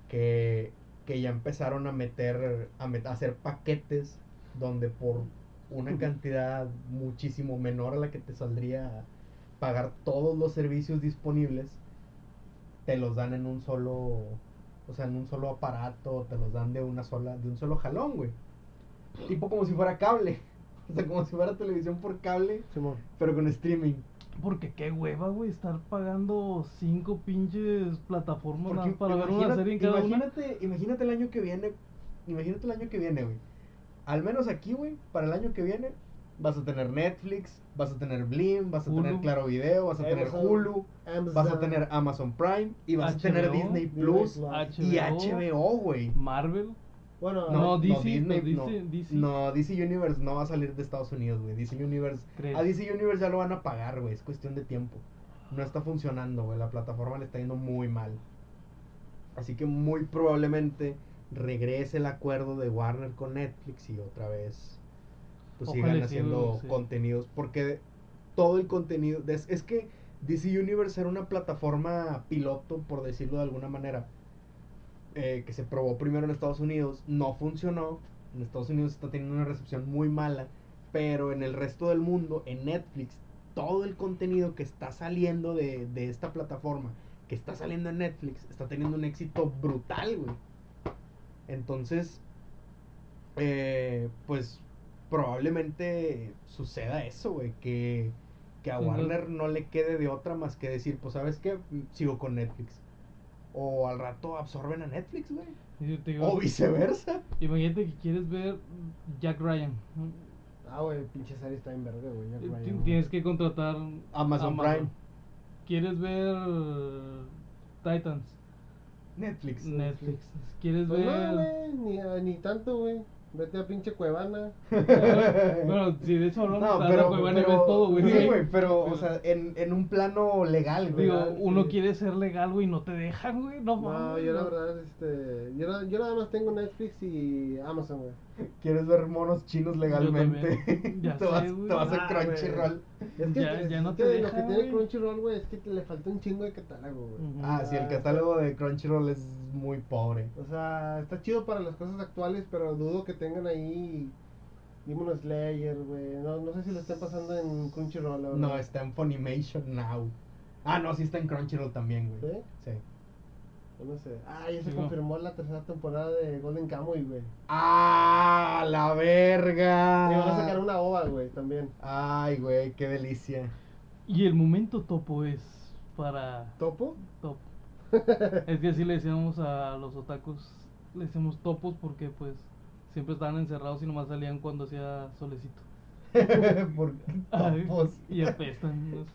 Speaker 1: que, que ya empezaron a meter, a, met- a hacer paquetes donde por una cantidad muchísimo menor a la que te saldría pagar todos los servicios disponibles, te los dan en un solo, o sea, en un solo aparato, te los dan de una sola, de un solo jalón, güey. Tipo como si fuera cable. O sea, como si fuera televisión por cable,
Speaker 3: Simón.
Speaker 1: pero con streaming.
Speaker 2: Porque qué hueva, güey, estar pagando cinco pinches plataformas nada
Speaker 1: Porque
Speaker 2: más para ver
Speaker 1: imagina-
Speaker 2: una serie en cada una.
Speaker 1: imagínate, imagínate el año que viene. Imagínate el año que viene, güey. Al menos aquí, güey, para el año que viene, vas a tener Netflix, vas a tener Blim, vas a tener
Speaker 2: Hulu.
Speaker 1: Claro Video, vas a tener
Speaker 3: Amazon,
Speaker 1: Hulu, vas a
Speaker 3: Amazon,
Speaker 1: tener Amazon Prime y vas a tener
Speaker 2: HBO,
Speaker 1: Disney
Speaker 3: Disney
Speaker 1: Plus
Speaker 3: Plus.
Speaker 1: y HBO, güey.
Speaker 2: Marvel.
Speaker 3: Bueno,
Speaker 2: No,
Speaker 3: ah,
Speaker 2: DC, no,
Speaker 1: no,
Speaker 2: DC, DC.
Speaker 1: no, DC Universe no va a salir de Estados Unidos, güey. DC Universe
Speaker 2: ¿Crees?
Speaker 1: A DC Universe ya lo van a pagar, güey. Es cuestión de tiempo. No está funcionando, güey. La plataforma le está yendo muy mal. Así que muy probablemente regrese el acuerdo de Warner con Netflix y otra vez pues
Speaker 2: Ojalá
Speaker 1: sigan
Speaker 2: y sí,
Speaker 1: haciendo
Speaker 2: sí.
Speaker 1: contenidos. Porque todo el contenido. Es, es que DC Universe era una plataforma piloto, por decirlo de alguna manera. eh, que se probó primero en Estados Unidos. No funcionó. En Estados Unidos está teniendo una recepción muy mala. Pero en el resto del mundo, en Netflix, todo el contenido que está saliendo de, de esta plataforma, que está saliendo en Netflix, está teniendo un éxito brutal, güey. Entonces, eh, pues probablemente suceda eso, güey, que, que a
Speaker 2: Ujú.
Speaker 1: Warner no le quede de otra más que decir, pues sabes qué, Mm, sigo con Netflix. O al rato absorben a Netflix, güey.
Speaker 2: Y te digo,
Speaker 1: O viceversa.
Speaker 2: imagínate que quieres ver Jack Ryan.
Speaker 3: Ah, güey, pinche serie está en verde, güey. Jack
Speaker 2: Eh,
Speaker 3: Ryan,
Speaker 2: ti-
Speaker 3: güey.
Speaker 2: Tienes que contratar
Speaker 1: Amazon Prime.
Speaker 2: ¿Quieres ver eh, Titans?
Speaker 1: Netflix.
Speaker 2: Netflix. ¿Quieres
Speaker 3: Pues
Speaker 2: ver...?
Speaker 3: no, güey, ni, ah, ni tanto, güey. Vete a pinche cuevana.
Speaker 2: bueno, si de eso hablamos,
Speaker 1: No,
Speaker 2: tarda,
Speaker 1: pero,
Speaker 2: güey, bueno,
Speaker 1: pero-
Speaker 2: ves todo, güey.
Speaker 1: Sí, güey, pero, o sea, en, en un plano legal, güey.
Speaker 2: Digo,
Speaker 3: legal,
Speaker 2: uno
Speaker 3: sí.
Speaker 2: quiere ser legal, güey, y no te dejan, güey. No,
Speaker 3: No,
Speaker 2: mames,
Speaker 3: yo la
Speaker 2: no.
Speaker 3: verdad, este. Yo, na- yo nada más tengo Netflix y Amazon, güey.
Speaker 1: Quieres ver monos chinos legalmente.
Speaker 2: también. Ya
Speaker 1: te,
Speaker 2: sé,
Speaker 1: vas,
Speaker 2: güey.
Speaker 1: te vas a
Speaker 3: Ah,
Speaker 1: Crunchyroll.
Speaker 3: Es que,
Speaker 2: Ya-
Speaker 3: es
Speaker 2: ya no
Speaker 3: que
Speaker 2: te
Speaker 3: lo
Speaker 2: deja,
Speaker 3: que tiene
Speaker 2: güey.
Speaker 3: Crunchyroll, güey, es que te- le falta un chingo de catálogo, güey.
Speaker 2: Ujú.
Speaker 1: Ah, sí, el catálogo de Crunchyroll es muy pobre.
Speaker 3: O sea, está chido para las cosas actuales, pero dudo que tengan ahí Demon Slayer, güey. No, no sé si lo estén pasando en Crunchyroll, la verdad.
Speaker 1: No, está en Funimation Now. Ah, no, sí está en Crunchyroll también, güey.
Speaker 3: ¿Sí?
Speaker 1: Sí.
Speaker 3: Yo No sé. Ah, ya se
Speaker 2: Sí, no.
Speaker 3: confirmó la tercera temporada de Golden Kamuy, güey.
Speaker 1: ¡Ah, la verga!
Speaker 3: Y van a sacar una ova, güey, también.
Speaker 1: Ay, güey, qué delicia.
Speaker 2: Y el momento topo es para
Speaker 3: ¿Topo?
Speaker 2: top. es que así le decíamos a los otakus, le decíamos topos porque pues siempre estaban encerrados y nomás salían cuando hacía solecito.
Speaker 1: Por
Speaker 2: Ay,
Speaker 1: topos.
Speaker 2: y apestan. no sé.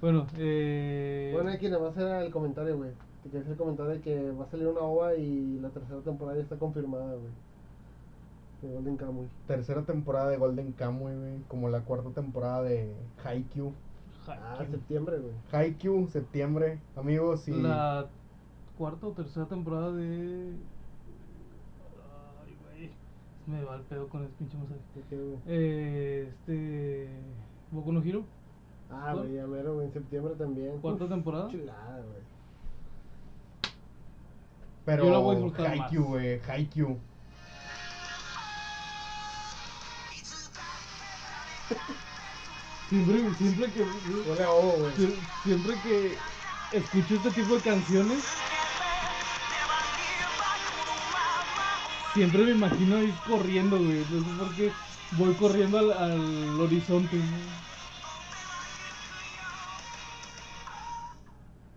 Speaker 2: Bueno, eh...
Speaker 3: Bueno, aquí nada más era el comentario, güey. Que quería hacer el comentario de que va a salir una ova y la tercera temporada ya está confirmada, güey. De Golden Kamuy.
Speaker 1: Tercera temporada de Golden Kamuy, güey. Como la cuarta temporada de Haikyuu.
Speaker 3: Ah,
Speaker 2: Haikyuu.
Speaker 3: septiembre, güey.
Speaker 1: Haikyuu, septiembre. Amigos, sí.
Speaker 2: La cuarta o tercera temporada de. Ay, güey. Me va el pedo con ese pinche mensaje.
Speaker 3: Ok, güey.
Speaker 2: Eh, este. Boku no Hero,
Speaker 3: Ah, güey, ya mero, güey. En septiembre también.
Speaker 2: cuarta
Speaker 3: Uf,
Speaker 2: temporada.
Speaker 3: Chulada, güey.
Speaker 1: Pero
Speaker 2: Yo la voy a disfrutar
Speaker 1: Haikyuu,
Speaker 2: más.
Speaker 1: güey, Haikyuu.
Speaker 2: Siempre, siempre que.
Speaker 3: Huele a ovo, güey.
Speaker 2: sie- Siempre que escucho este tipo de canciones. Siempre me imagino ir corriendo, güey. No sé por qué voy corriendo al, al horizonte. güey.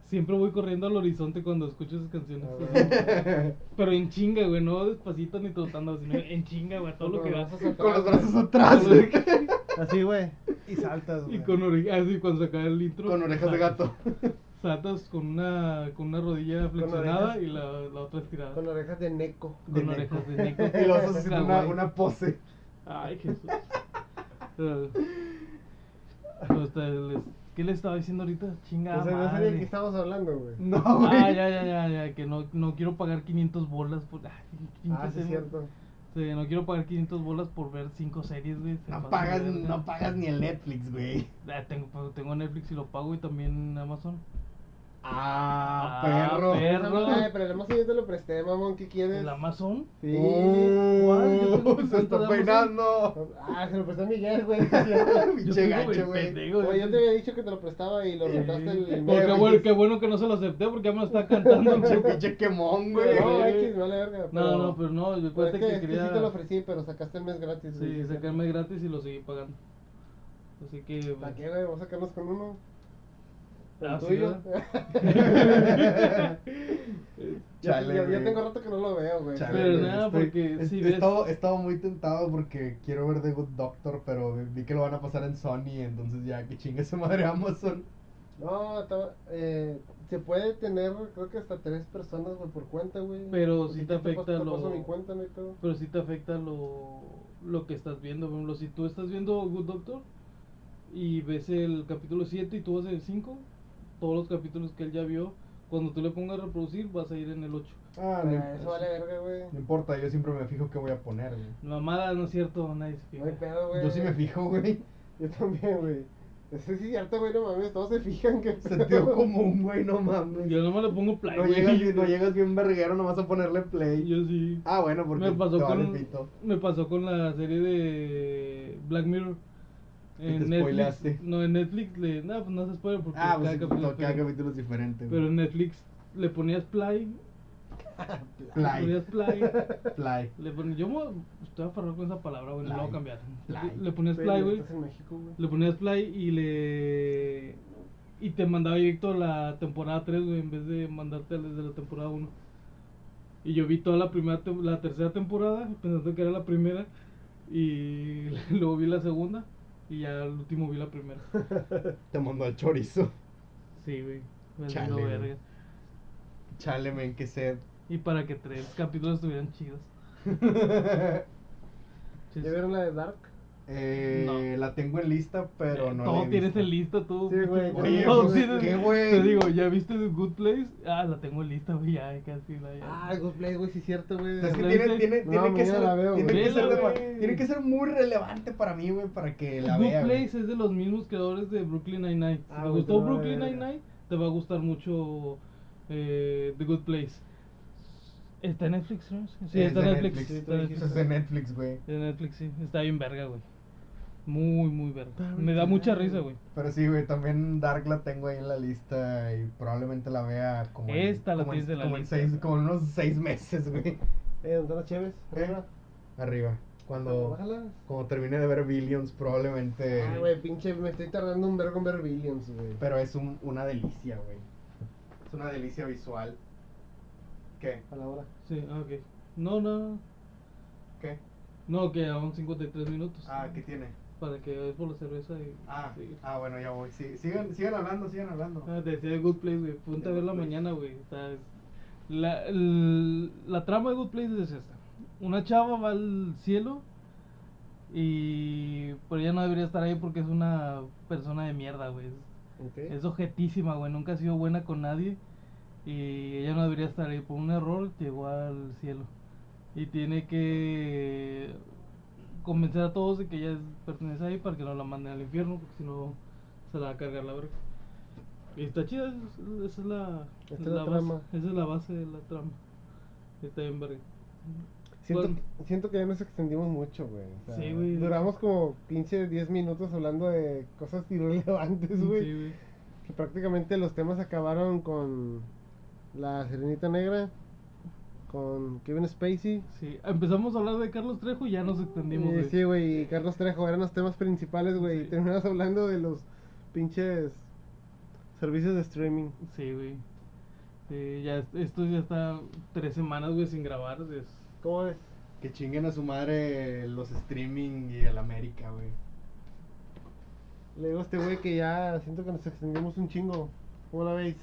Speaker 2: Siempre voy corriendo al horizonte cuando escucho esas canciones.
Speaker 3: Ah, bueno.
Speaker 2: Pero en chinga, güey, no despacito ni trotando, sino en chinga, güey, a todo lo que das.
Speaker 1: Con los brazos atrás.
Speaker 4: Así, güey. Y saltas, güey.
Speaker 2: Y con orejas, así cuando se acaba el intro.
Speaker 1: Con orejas de gato.
Speaker 2: Saltas con una, con una rodilla flexionada
Speaker 3: orejas.
Speaker 2: y la, la otra estirada.
Speaker 3: Con orejas de Neko.
Speaker 2: Con orejas de neco.
Speaker 1: Y los haces haciendo una,
Speaker 2: Kawaii.
Speaker 1: una pose.
Speaker 2: Ay, Jesús. Eh, pero está el- es- ¿Qué le estaba diciendo ahorita? Chingada
Speaker 3: o sea, no sabía de
Speaker 2: madre.
Speaker 3: qué estábamos hablando, güey.
Speaker 1: No, güey.
Speaker 2: Ah, ya, ya, ya, ya, que no, no quiero pagar 500 bolas por... Ay, pinche
Speaker 3: Ah, sí, es
Speaker 2: serie.
Speaker 3: cierto.
Speaker 2: Sí, no quiero pagar 500 bolas por ver 5 series, güey. se
Speaker 1: No
Speaker 2: pasa
Speaker 1: pagas,
Speaker 2: de verga.
Speaker 1: no pagas ni el Netflix, güey.
Speaker 2: Ah, tengo, tengo Netflix y lo pago y también Amazon.
Speaker 1: Ah,
Speaker 2: Ah,
Speaker 1: perro.
Speaker 2: perro.
Speaker 3: Ay, pero además yo te lo presté, mamón, ¿qué quieres?
Speaker 2: ¿El Amazon?
Speaker 3: Sí.
Speaker 2: ¿Cuál? Yo tengo
Speaker 1: Uh,
Speaker 2: mi
Speaker 1: se
Speaker 2: cuenta de
Speaker 1: está
Speaker 2: Amazon.
Speaker 1: peinando.
Speaker 3: Ah, se lo presté a Miguel, güey. sí, es cierto.
Speaker 1: Pinche
Speaker 2: tengo,
Speaker 1: gacho, güey.
Speaker 2: pendejo,
Speaker 3: Oye, yo te había dicho que te lo prestaba y lo
Speaker 2: Eh,
Speaker 3: rentaste el... el-
Speaker 2: porque,
Speaker 1: güey,
Speaker 2: bueno,
Speaker 1: es-
Speaker 2: qué bueno que no se lo acepté porque ya me lo está cantando.
Speaker 1: Pinche pinche quemón, güey.
Speaker 3: No, X, vale verga.
Speaker 2: No, no, pero no, yo
Speaker 3: Pues
Speaker 2: cuenta
Speaker 3: es que,
Speaker 2: que
Speaker 3: es que sí
Speaker 2: quería...
Speaker 3: te lo ofrecí, pero sacaste el mes gratis.
Speaker 2: Sí, sacarme gratis y lo seguí pagando. Así que. pues,
Speaker 3: ¿Para qué, güey? Vamos a sacarnos con uno.
Speaker 2: Ah,
Speaker 3: ¿El
Speaker 2: sí,
Speaker 3: tuyo? Yo-
Speaker 1: Chale,
Speaker 3: yo, yo
Speaker 1: güey.
Speaker 3: tengo rato que no lo veo, güey.
Speaker 1: Chale,
Speaker 2: Pero
Speaker 1: güey,
Speaker 2: nada,
Speaker 1: estoy-
Speaker 2: porque
Speaker 1: es-
Speaker 2: si
Speaker 1: he
Speaker 2: ves-
Speaker 1: estado- he estado muy tentado porque quiero ver The Good Doctor, pero vi que lo van a pasar en Sony, entonces ya que chingue su madre Amazon.
Speaker 3: No, to- eh, se puede tener, creo que hasta tres personas, güey, por cuenta, güey.
Speaker 2: Pero
Speaker 3: Pues
Speaker 2: sí
Speaker 3: si
Speaker 2: te
Speaker 3: paso-
Speaker 2: afecta
Speaker 3: te
Speaker 2: lo-
Speaker 3: paso mi cuenta, no hay pedo.
Speaker 2: Pero sí te afecta lo, lo que estás viendo. Por ejemplo, si tú estás viendo Good Doctor y ves el capítulo 7 y tú vas en el 5, todos los capítulos que él ya vio, cuando tú le pongas a reproducir, vas a ir en el 8.
Speaker 1: Ah,
Speaker 3: Ah,
Speaker 1: no,
Speaker 3: eso vale verga, güey.
Speaker 1: no importa, yo siempre me fijo qué voy a poner, güey.
Speaker 2: Mamada, no es cierto, nadie se
Speaker 3: No hay
Speaker 2: fija.
Speaker 3: pedo, güey.
Speaker 1: Yo sí me fijo, güey.
Speaker 3: Yo también, güey. Eso sí es cierto, güey, no mames, todos se fijan que...
Speaker 1: Sentido común, güey, no mames.
Speaker 2: Yo nomás le pongo play.
Speaker 1: No
Speaker 2: güey.
Speaker 1: llegas, no llegas bien verguero, nomás a ponerle play.
Speaker 2: Yo sí.
Speaker 1: Ah, bueno, porque
Speaker 2: me pasó
Speaker 1: te vale
Speaker 2: con
Speaker 1: pito.
Speaker 2: me pasó con la serie de Black Mirror
Speaker 1: Que te spoileaste.
Speaker 2: Netflix no en Netflix le no pues no se spoiler porque
Speaker 1: Ah, pues sí,
Speaker 2: capítulo
Speaker 1: todo-
Speaker 2: es
Speaker 1: cada
Speaker 2: diferente.
Speaker 1: capítulo es diferente,
Speaker 2: pero en
Speaker 1: güey.
Speaker 2: Netflix le ponías play le
Speaker 1: Fly,
Speaker 2: ponías play
Speaker 1: fly.
Speaker 2: le ponías yo me estoy aferrado con esa palabra güey no la voy a
Speaker 1: Play.
Speaker 2: cambiar
Speaker 1: Play.
Speaker 2: le ponías play güey
Speaker 3: Estás en México, güey.
Speaker 2: le ponías play y le y te mandaba directo a la temporada 3 güey en vez de mandarte desde la temporada 1 y yo vi toda la primera tem- la tercera temporada pensando que era la primera y luego vi la segunda y ya al último vi la primera
Speaker 1: Te mandó al chorizo.
Speaker 2: sí güey me
Speaker 1: Chale,
Speaker 2: valió
Speaker 1: güey.
Speaker 2: verga.
Speaker 1: Chale, men, qué sed.
Speaker 2: y para que tres capítulos estuvieran chidos Sí,
Speaker 3: ¿Ya vieron la de Dark?
Speaker 1: Eh,
Speaker 2: No.
Speaker 1: La tengo en lista, pero
Speaker 2: Eh,
Speaker 1: no.
Speaker 2: Todo
Speaker 1: la he
Speaker 2: tienes
Speaker 1: visto.
Speaker 2: en lista, tú.
Speaker 3: Sí,
Speaker 2: pinche
Speaker 3: güey,
Speaker 2: morro.
Speaker 1: oye,
Speaker 2: Todo
Speaker 1: pues,
Speaker 2: tienes-
Speaker 1: ¿qué, güey?
Speaker 2: Te digo, ¿ya viste The Good Place? Ah, la tengo en lista, güey, ya casi la ya.
Speaker 3: Ah, Good Play, güey, sí es cierto, güey.
Speaker 1: Es que
Speaker 2: ¿La
Speaker 1: tiene,
Speaker 2: viste?
Speaker 1: tiene,
Speaker 3: No,
Speaker 1: tiene que
Speaker 3: mañana
Speaker 1: ser,
Speaker 3: la veo,
Speaker 1: tiene,
Speaker 2: güey.
Speaker 1: que ser
Speaker 2: Vela,
Speaker 1: dema-
Speaker 2: güey.
Speaker 1: tiene que ser muy relevante para mí, güey, para que la
Speaker 2: Good
Speaker 1: vea. güey.
Speaker 2: Place es de los mismos creadores de Brooklyn Nine-Nine. Si
Speaker 3: Ah,
Speaker 2: te
Speaker 3: güey,
Speaker 2: gustó
Speaker 3: te lo voy a
Speaker 2: Brooklyn
Speaker 3: ver.
Speaker 2: Nine-Nine, te va a gustar mucho eh, The Good Place. ¿Está en Netflix, no? Sí,
Speaker 1: Es
Speaker 2: está
Speaker 1: de
Speaker 2: en Netflix.
Speaker 1: Netflix.
Speaker 2: está en
Speaker 1: Eso es de Netflix, güey.
Speaker 2: De Netflix, sí. Está bien verga, güey. Muy, muy verga. Me da mucha risa, güey.
Speaker 1: Pero sí, güey, también Dark la tengo ahí en la lista y probablemente la vea como en-
Speaker 2: Esta la
Speaker 1: como en-
Speaker 2: tienes en la
Speaker 1: como en
Speaker 2: lista.
Speaker 1: seis, como en unos seis meses, güey.
Speaker 3: Eh, ¿dónde están las cheves?
Speaker 1: ¿Eh? Arriba. Cuando,
Speaker 3: Bájala.
Speaker 1: cuando termine de ver Billions, probablemente.
Speaker 3: Ay, Ah, güey, pinche, me estoy tardando un vergo en ver Billions, güey.
Speaker 1: Pero es un- una delicia, güey. Es una delicia visual. ¿Qué?
Speaker 3: A la hora.
Speaker 2: Sí, ah, ok. No, no.
Speaker 1: ¿Qué?
Speaker 2: No, que aún 53 minutos.
Speaker 1: Ah, ¿qué tiene?
Speaker 2: Para que vayas por la cerveza y.
Speaker 1: Ah,
Speaker 2: seguir.
Speaker 1: ah bueno, ya voy. Sí, sigan, sigan hablando, sigan hablando.
Speaker 2: Ah, te decía de Good Place, güey. Ponte a
Speaker 1: De
Speaker 2: ver
Speaker 1: Good
Speaker 2: la
Speaker 1: Place.
Speaker 2: mañana, güey. O sea, es- La, el- la trama de Good Place es esta. Una chava va al cielo y... Pero ella no debería estar ahí porque es una persona de mierda, güey. Es-
Speaker 3: Ok.
Speaker 2: Es objetísima, güey. Nunca ha sido buena con nadie. Y ella no debería estar ahí. Por un error llegó al cielo. Y tiene que convencer a todos de que ella es- pertenece ahí para que no la manden al infierno, porque si no se la va a cargar la verga. Y está chida, es- esa es la,
Speaker 3: Esta es
Speaker 2: la
Speaker 3: la
Speaker 2: base,
Speaker 3: trama.
Speaker 2: esa es la base de la trama. Está bien verga.
Speaker 3: Siento,
Speaker 2: Bueno.
Speaker 3: siento que ya nos extendimos mucho, güey. O sea,
Speaker 2: Sí, güey.
Speaker 3: Duramos como 15, 10 minutos hablando de cosas irrelevantes,
Speaker 2: Sí,
Speaker 3: güey.
Speaker 2: güey.
Speaker 3: Que prácticamente los temas acabaron con la Sirenita Negra, con Kevin Spacey.
Speaker 2: Sí, empezamos a hablar de Carlos Trejo y ya nos extendimos,
Speaker 3: Eh,
Speaker 2: güey.
Speaker 3: sí, güey, y Carlos Trejo eran los temas principales, güey.
Speaker 2: Sí.
Speaker 3: Y terminamos hablando de los pinches Servicios de streaming.
Speaker 2: Sí, güey. Eh, ya, est- esto ya está tres semanas, güey, sin grabar. Es...
Speaker 3: ¿Cómo ves?
Speaker 1: Que chinguen a su madre los streaming y el América, güey.
Speaker 3: Le digo a este güey que ya siento que nos extendimos un chingo. ¿Cómo la veis?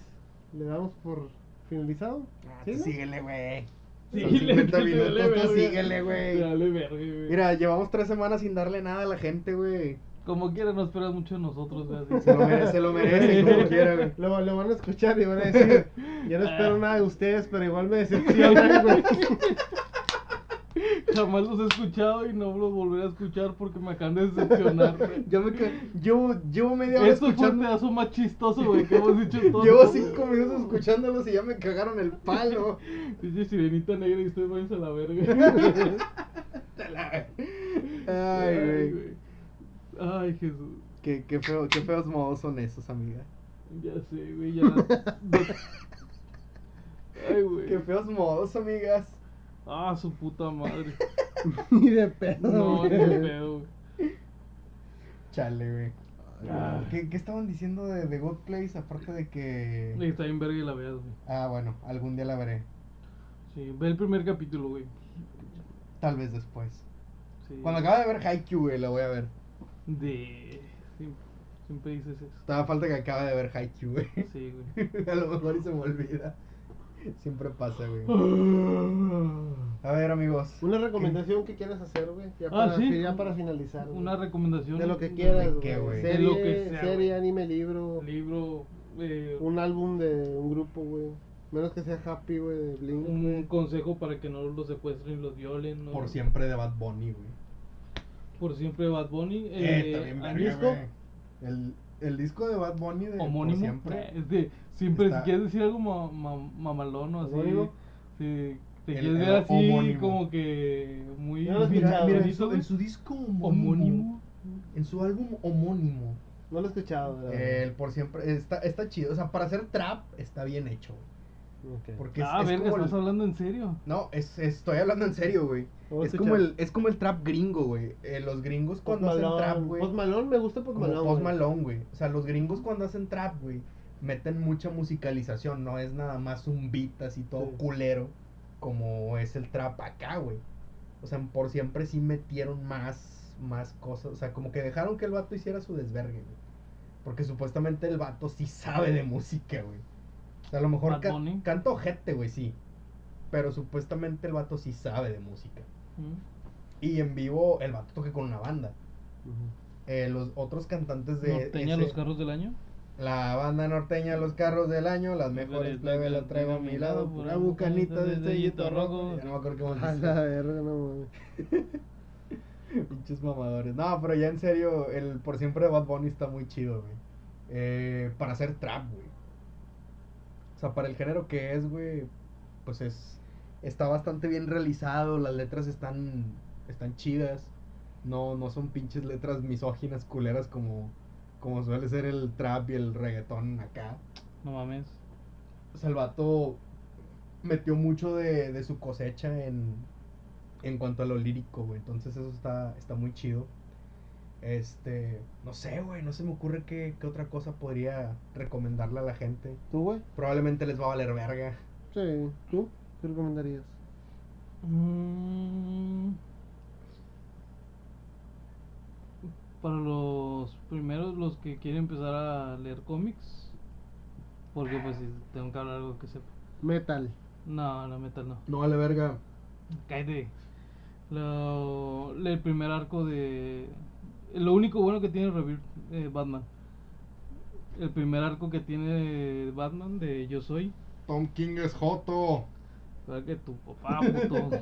Speaker 3: ¿Le damos por finalizado?
Speaker 5: Ah,
Speaker 3: ¿Sí,
Speaker 5: tú
Speaker 3: no?
Speaker 5: síguele, güey.
Speaker 2: Sí,
Speaker 5: Son
Speaker 2: le-
Speaker 5: 50
Speaker 2: le- le-
Speaker 5: minutos,
Speaker 2: le-
Speaker 5: tú
Speaker 2: le-
Speaker 5: síguele, güey.
Speaker 2: Dale, verga, güey.
Speaker 1: Mira, llevamos tres semanas sin darle nada a la gente, güey.
Speaker 2: Como quiera, no esperas mucho de nosotros, güey. así.
Speaker 1: Se lo merece, se lo merece, como quiera, güey.
Speaker 3: Lo, lo van a escuchar y van a decir, yo no espero nada de ustedes, pero igual me decepcionan, güey.
Speaker 2: Jamás los he escuchado y no los volveré a escuchar porque me acaban de decepcionar, güey.
Speaker 1: Yo me ca- llevo, llevo media hora
Speaker 2: Esto fue un
Speaker 1: escuchando.
Speaker 2: pedazo más chistoso, güey, que hemos dicho todo.
Speaker 1: Llevo cinco minutos escuchándolos y ya me cagaron el palo.
Speaker 2: Dice sirenita negra y ustedes váyanse a la verga.
Speaker 1: Ay, güey.
Speaker 2: Ay, Jesús.
Speaker 1: Qué, qué feo, qué feos modos son esos, amiga.
Speaker 2: Ya sé, güey, ya. Ay, güey.
Speaker 1: Qué feos modos, amigas.
Speaker 2: Ah, su puta madre.
Speaker 3: Ni de pedo.
Speaker 2: No,
Speaker 3: güey.
Speaker 2: qué pedo, güey.
Speaker 1: Chale, güey.
Speaker 2: Ah.
Speaker 1: ¿Qué, qué estaban diciendo de The Good Place? Aparte de que.
Speaker 2: Está bien verga y la veas, güey.
Speaker 1: Ah, bueno, algún día la veré.
Speaker 2: Sí, ve el primer capítulo, güey.
Speaker 1: Tal vez después.
Speaker 2: Sí.
Speaker 1: Cuando acabe de ver Haikyuu, güey, la voy a ver.
Speaker 2: De... Siempre, siempre dices eso.
Speaker 1: Todavía falta que acabe de ver Haikyuu, güey.
Speaker 2: Sí, güey.
Speaker 1: A lo mejor y se me olvida. Siempre pasa, güey.
Speaker 2: Una
Speaker 1: A ver, amigos.
Speaker 3: Una recomendación que quieras hacer, güey. Ya,
Speaker 2: Ah,
Speaker 3: para-
Speaker 2: sí.
Speaker 3: ya para finalizar. güey.
Speaker 2: recomendación.
Speaker 3: De lo que quieras,
Speaker 1: ¿De qué,
Speaker 3: güey.
Speaker 1: güey?
Speaker 3: Serie,
Speaker 2: De lo que sea,
Speaker 3: serie,
Speaker 2: güey.
Speaker 3: anime, libro.
Speaker 2: Libro, eh, un,
Speaker 3: Un álbum de un grupo, güey. Menos que sea Happy, güey, de Blink.
Speaker 2: Mm. consejo para que no los secuestren y los violen. ¿no?
Speaker 1: Por siempre de Bad Bunny, güey.
Speaker 2: Por siempre Bad Bunny.
Speaker 1: Eh,
Speaker 2: Eh,
Speaker 1: también verga,
Speaker 2: Anisco,
Speaker 1: güey. El, el disco de Bad Bunny de
Speaker 2: homónimo. eh,
Speaker 1: Por siempre.
Speaker 2: Es de, siempre,
Speaker 1: Está-
Speaker 2: si quieres decir algo ma- ma- mamalón o así.
Speaker 3: Homónimo.
Speaker 2: Si te
Speaker 1: El-
Speaker 2: quieres
Speaker 1: el
Speaker 2: ver así
Speaker 1: homónimo.
Speaker 2: como que muy...
Speaker 3: No lo he
Speaker 2: mira,
Speaker 1: Pues Mira, mira,
Speaker 3: escuchado, güey.
Speaker 1: en,
Speaker 2: bonito,
Speaker 1: su,
Speaker 2: güey.
Speaker 1: en su disco homónimo,
Speaker 2: homónimo.
Speaker 1: En su álbum homónimo.
Speaker 3: No lo he escuchado,
Speaker 2: Ah.
Speaker 3: güey.
Speaker 1: El Por siempre. Está, está chido. O sea, para hacer trap está bien hecho, güey.
Speaker 3: Ok.
Speaker 1: Porque es,
Speaker 2: ah,
Speaker 1: es
Speaker 2: verga,
Speaker 1: como el-
Speaker 2: estás hablando en serio.
Speaker 1: No, es, estoy hablando en serio, güey.
Speaker 3: Vamos a
Speaker 1: Es como,
Speaker 3: escuchar.
Speaker 1: el, es como el trap gringo, güey. Eh, los
Speaker 2: Pues
Speaker 1: gringos
Speaker 3: Post
Speaker 1: cuando hacen trap,
Speaker 3: Malone.
Speaker 1: güey.
Speaker 3: Post Malone, me gusta Post
Speaker 1: Como
Speaker 3: Malone.
Speaker 1: Post
Speaker 3: güey.
Speaker 1: Malone, güey. O sea, los gringos cuando hacen trap, güey, meten mucha musicalización, no es nada más un beat así todo
Speaker 3: Sí.
Speaker 1: culero como es el trap acá, güey. O sea, en por siempre sí metieron más, más cosas, o sea, como que dejaron que el vato hiciera su desvergue, güey. Porque supuestamente el vato sí sabe de música, güey. O sea, a lo mejor
Speaker 2: Bad
Speaker 1: ca-
Speaker 2: Bunny.
Speaker 1: canta ojete, güey, sí. Pero supuestamente el vato sí sabe de música.
Speaker 2: ¿Mm?
Speaker 1: Y en vivo el vato toca con una banda.
Speaker 3: Ujú.
Speaker 1: Eh, los otros cantantes de
Speaker 2: Norteña
Speaker 1: ese-
Speaker 2: los carros del año.
Speaker 1: la banda norteña de los carros del año, las mejores plebes las traigo a mi lado, una bucanita de sellito rojo. Ya no me acuerdo qué
Speaker 3: A
Speaker 1: más
Speaker 3: la
Speaker 1: dice.
Speaker 3: verga, no, güey.
Speaker 1: Pinches mamadores. No, pero ya en serio, el por siempre de Bad Bunny está muy chido, güey. Eh, para hacer trap, güey. O sea, para el género que es, güey, pues es está bastante bien realizado, las letras están están chidas. No no son pinches letras misóginas culeras como como suele ser el trap y el reggaetón acá.
Speaker 2: No mames.
Speaker 1: O sea, pues, el vato metió mucho de, de su cosecha en, en cuanto a lo lírico, güey. Entonces eso está, está muy chido. Este, no sé, güey, no se me ocurre qué, qué otra cosa podría recomendarle a la gente.
Speaker 3: ¿Tú, güey?
Speaker 1: Probablemente les va a valer verga.
Speaker 3: Sí. ¿Tú? ¿Qué recomendarías?
Speaker 2: Mm. Para los primeros, los que quieren empezar a leer cómics, porque pues sí, tengo que hablar algo que sepa.
Speaker 3: Metal.
Speaker 2: No, no, metal no.
Speaker 1: No vale verga.
Speaker 2: Cállate. Lo, el primer arco de. Lo único bueno que tiene Rebirth, eh, Batman. El primer arco que tiene Batman de Yo Soy.
Speaker 1: Tom King es Joto.
Speaker 2: ¿Verdad que tu papá, puto?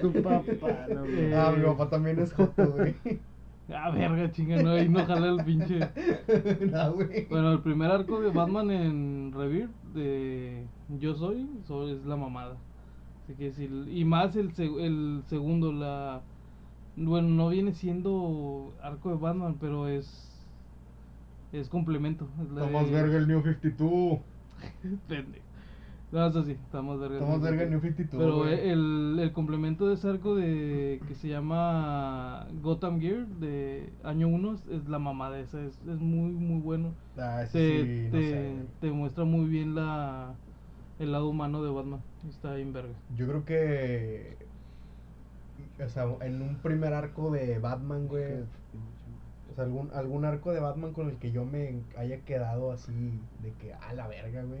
Speaker 3: tu papá, no, güey.
Speaker 1: Ah, mi papá también es Joto, güey.
Speaker 2: ah, verga, chinga, no, ahí no jala el pinche.
Speaker 1: no, güey.
Speaker 2: Bueno, el primer arco de Batman en Rebirth de Yo Soy so- es la mamada. Así que si, y más el, seg- el segundo, la... Bueno, no viene siendo arco de Batman, pero es... Es complemento. es la
Speaker 1: Tomás
Speaker 2: de-
Speaker 1: verga el New 52.
Speaker 2: Pendejo. No, eso sí, estamos verga.
Speaker 1: Estamos verga en New 52.
Speaker 2: Pero
Speaker 1: güey.
Speaker 2: eh, el, el complemento de ese arco de, que se llama Gotham Gear de año 1 es, es la mamada esa, es, es muy, muy bueno.
Speaker 1: Ah, ese
Speaker 2: Te,
Speaker 1: sí, no
Speaker 2: te-
Speaker 1: sé, güey.
Speaker 2: te muestra muy bien la, el lado humano de Batman. Está bien verga.
Speaker 1: Yo creo que. O sea, en un primer arco de Batman, güey. O sea, algún, algún arco de Batman con el que yo me haya quedado así de que a la verga, güey.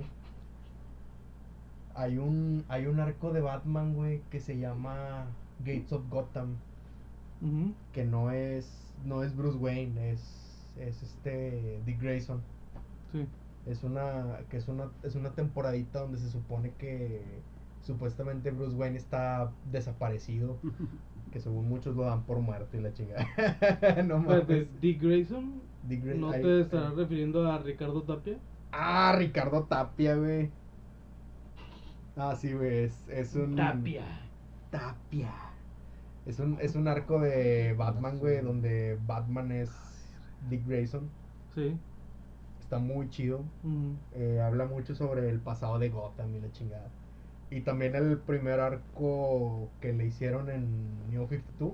Speaker 1: Hay un, hay un arco de Batman, güey, que se llama Gates of Gotham.
Speaker 2: Ujú.
Speaker 1: Que no es, no es Bruce Wayne, es, es este Dick Grayson.
Speaker 2: Sí.
Speaker 1: Es una, que es una, es una temporadita donde se supone que supuestamente Bruce Wayne está desaparecido. Que según muchos lo dan por muerto y la chingada. no
Speaker 2: Espérate,
Speaker 1: mames.
Speaker 2: Dick Grayson,
Speaker 1: Dick Gray-
Speaker 2: Pues, ¿no
Speaker 1: ay,
Speaker 2: te estarás
Speaker 1: ay.
Speaker 2: refiriendo a Ricardo Tapia?
Speaker 1: Ah, Ricardo Tapia, güey. Ah, sí, güey. Es, es un. Tapia. Es un, es un arco de Batman, güey, donde Batman es Dick Grayson.
Speaker 2: Sí.
Speaker 1: Está muy chido.
Speaker 2: Ujú.
Speaker 1: eh, habla mucho sobre el pasado de Gotham y la chingada. Y también el primer arco que le hicieron en New 52,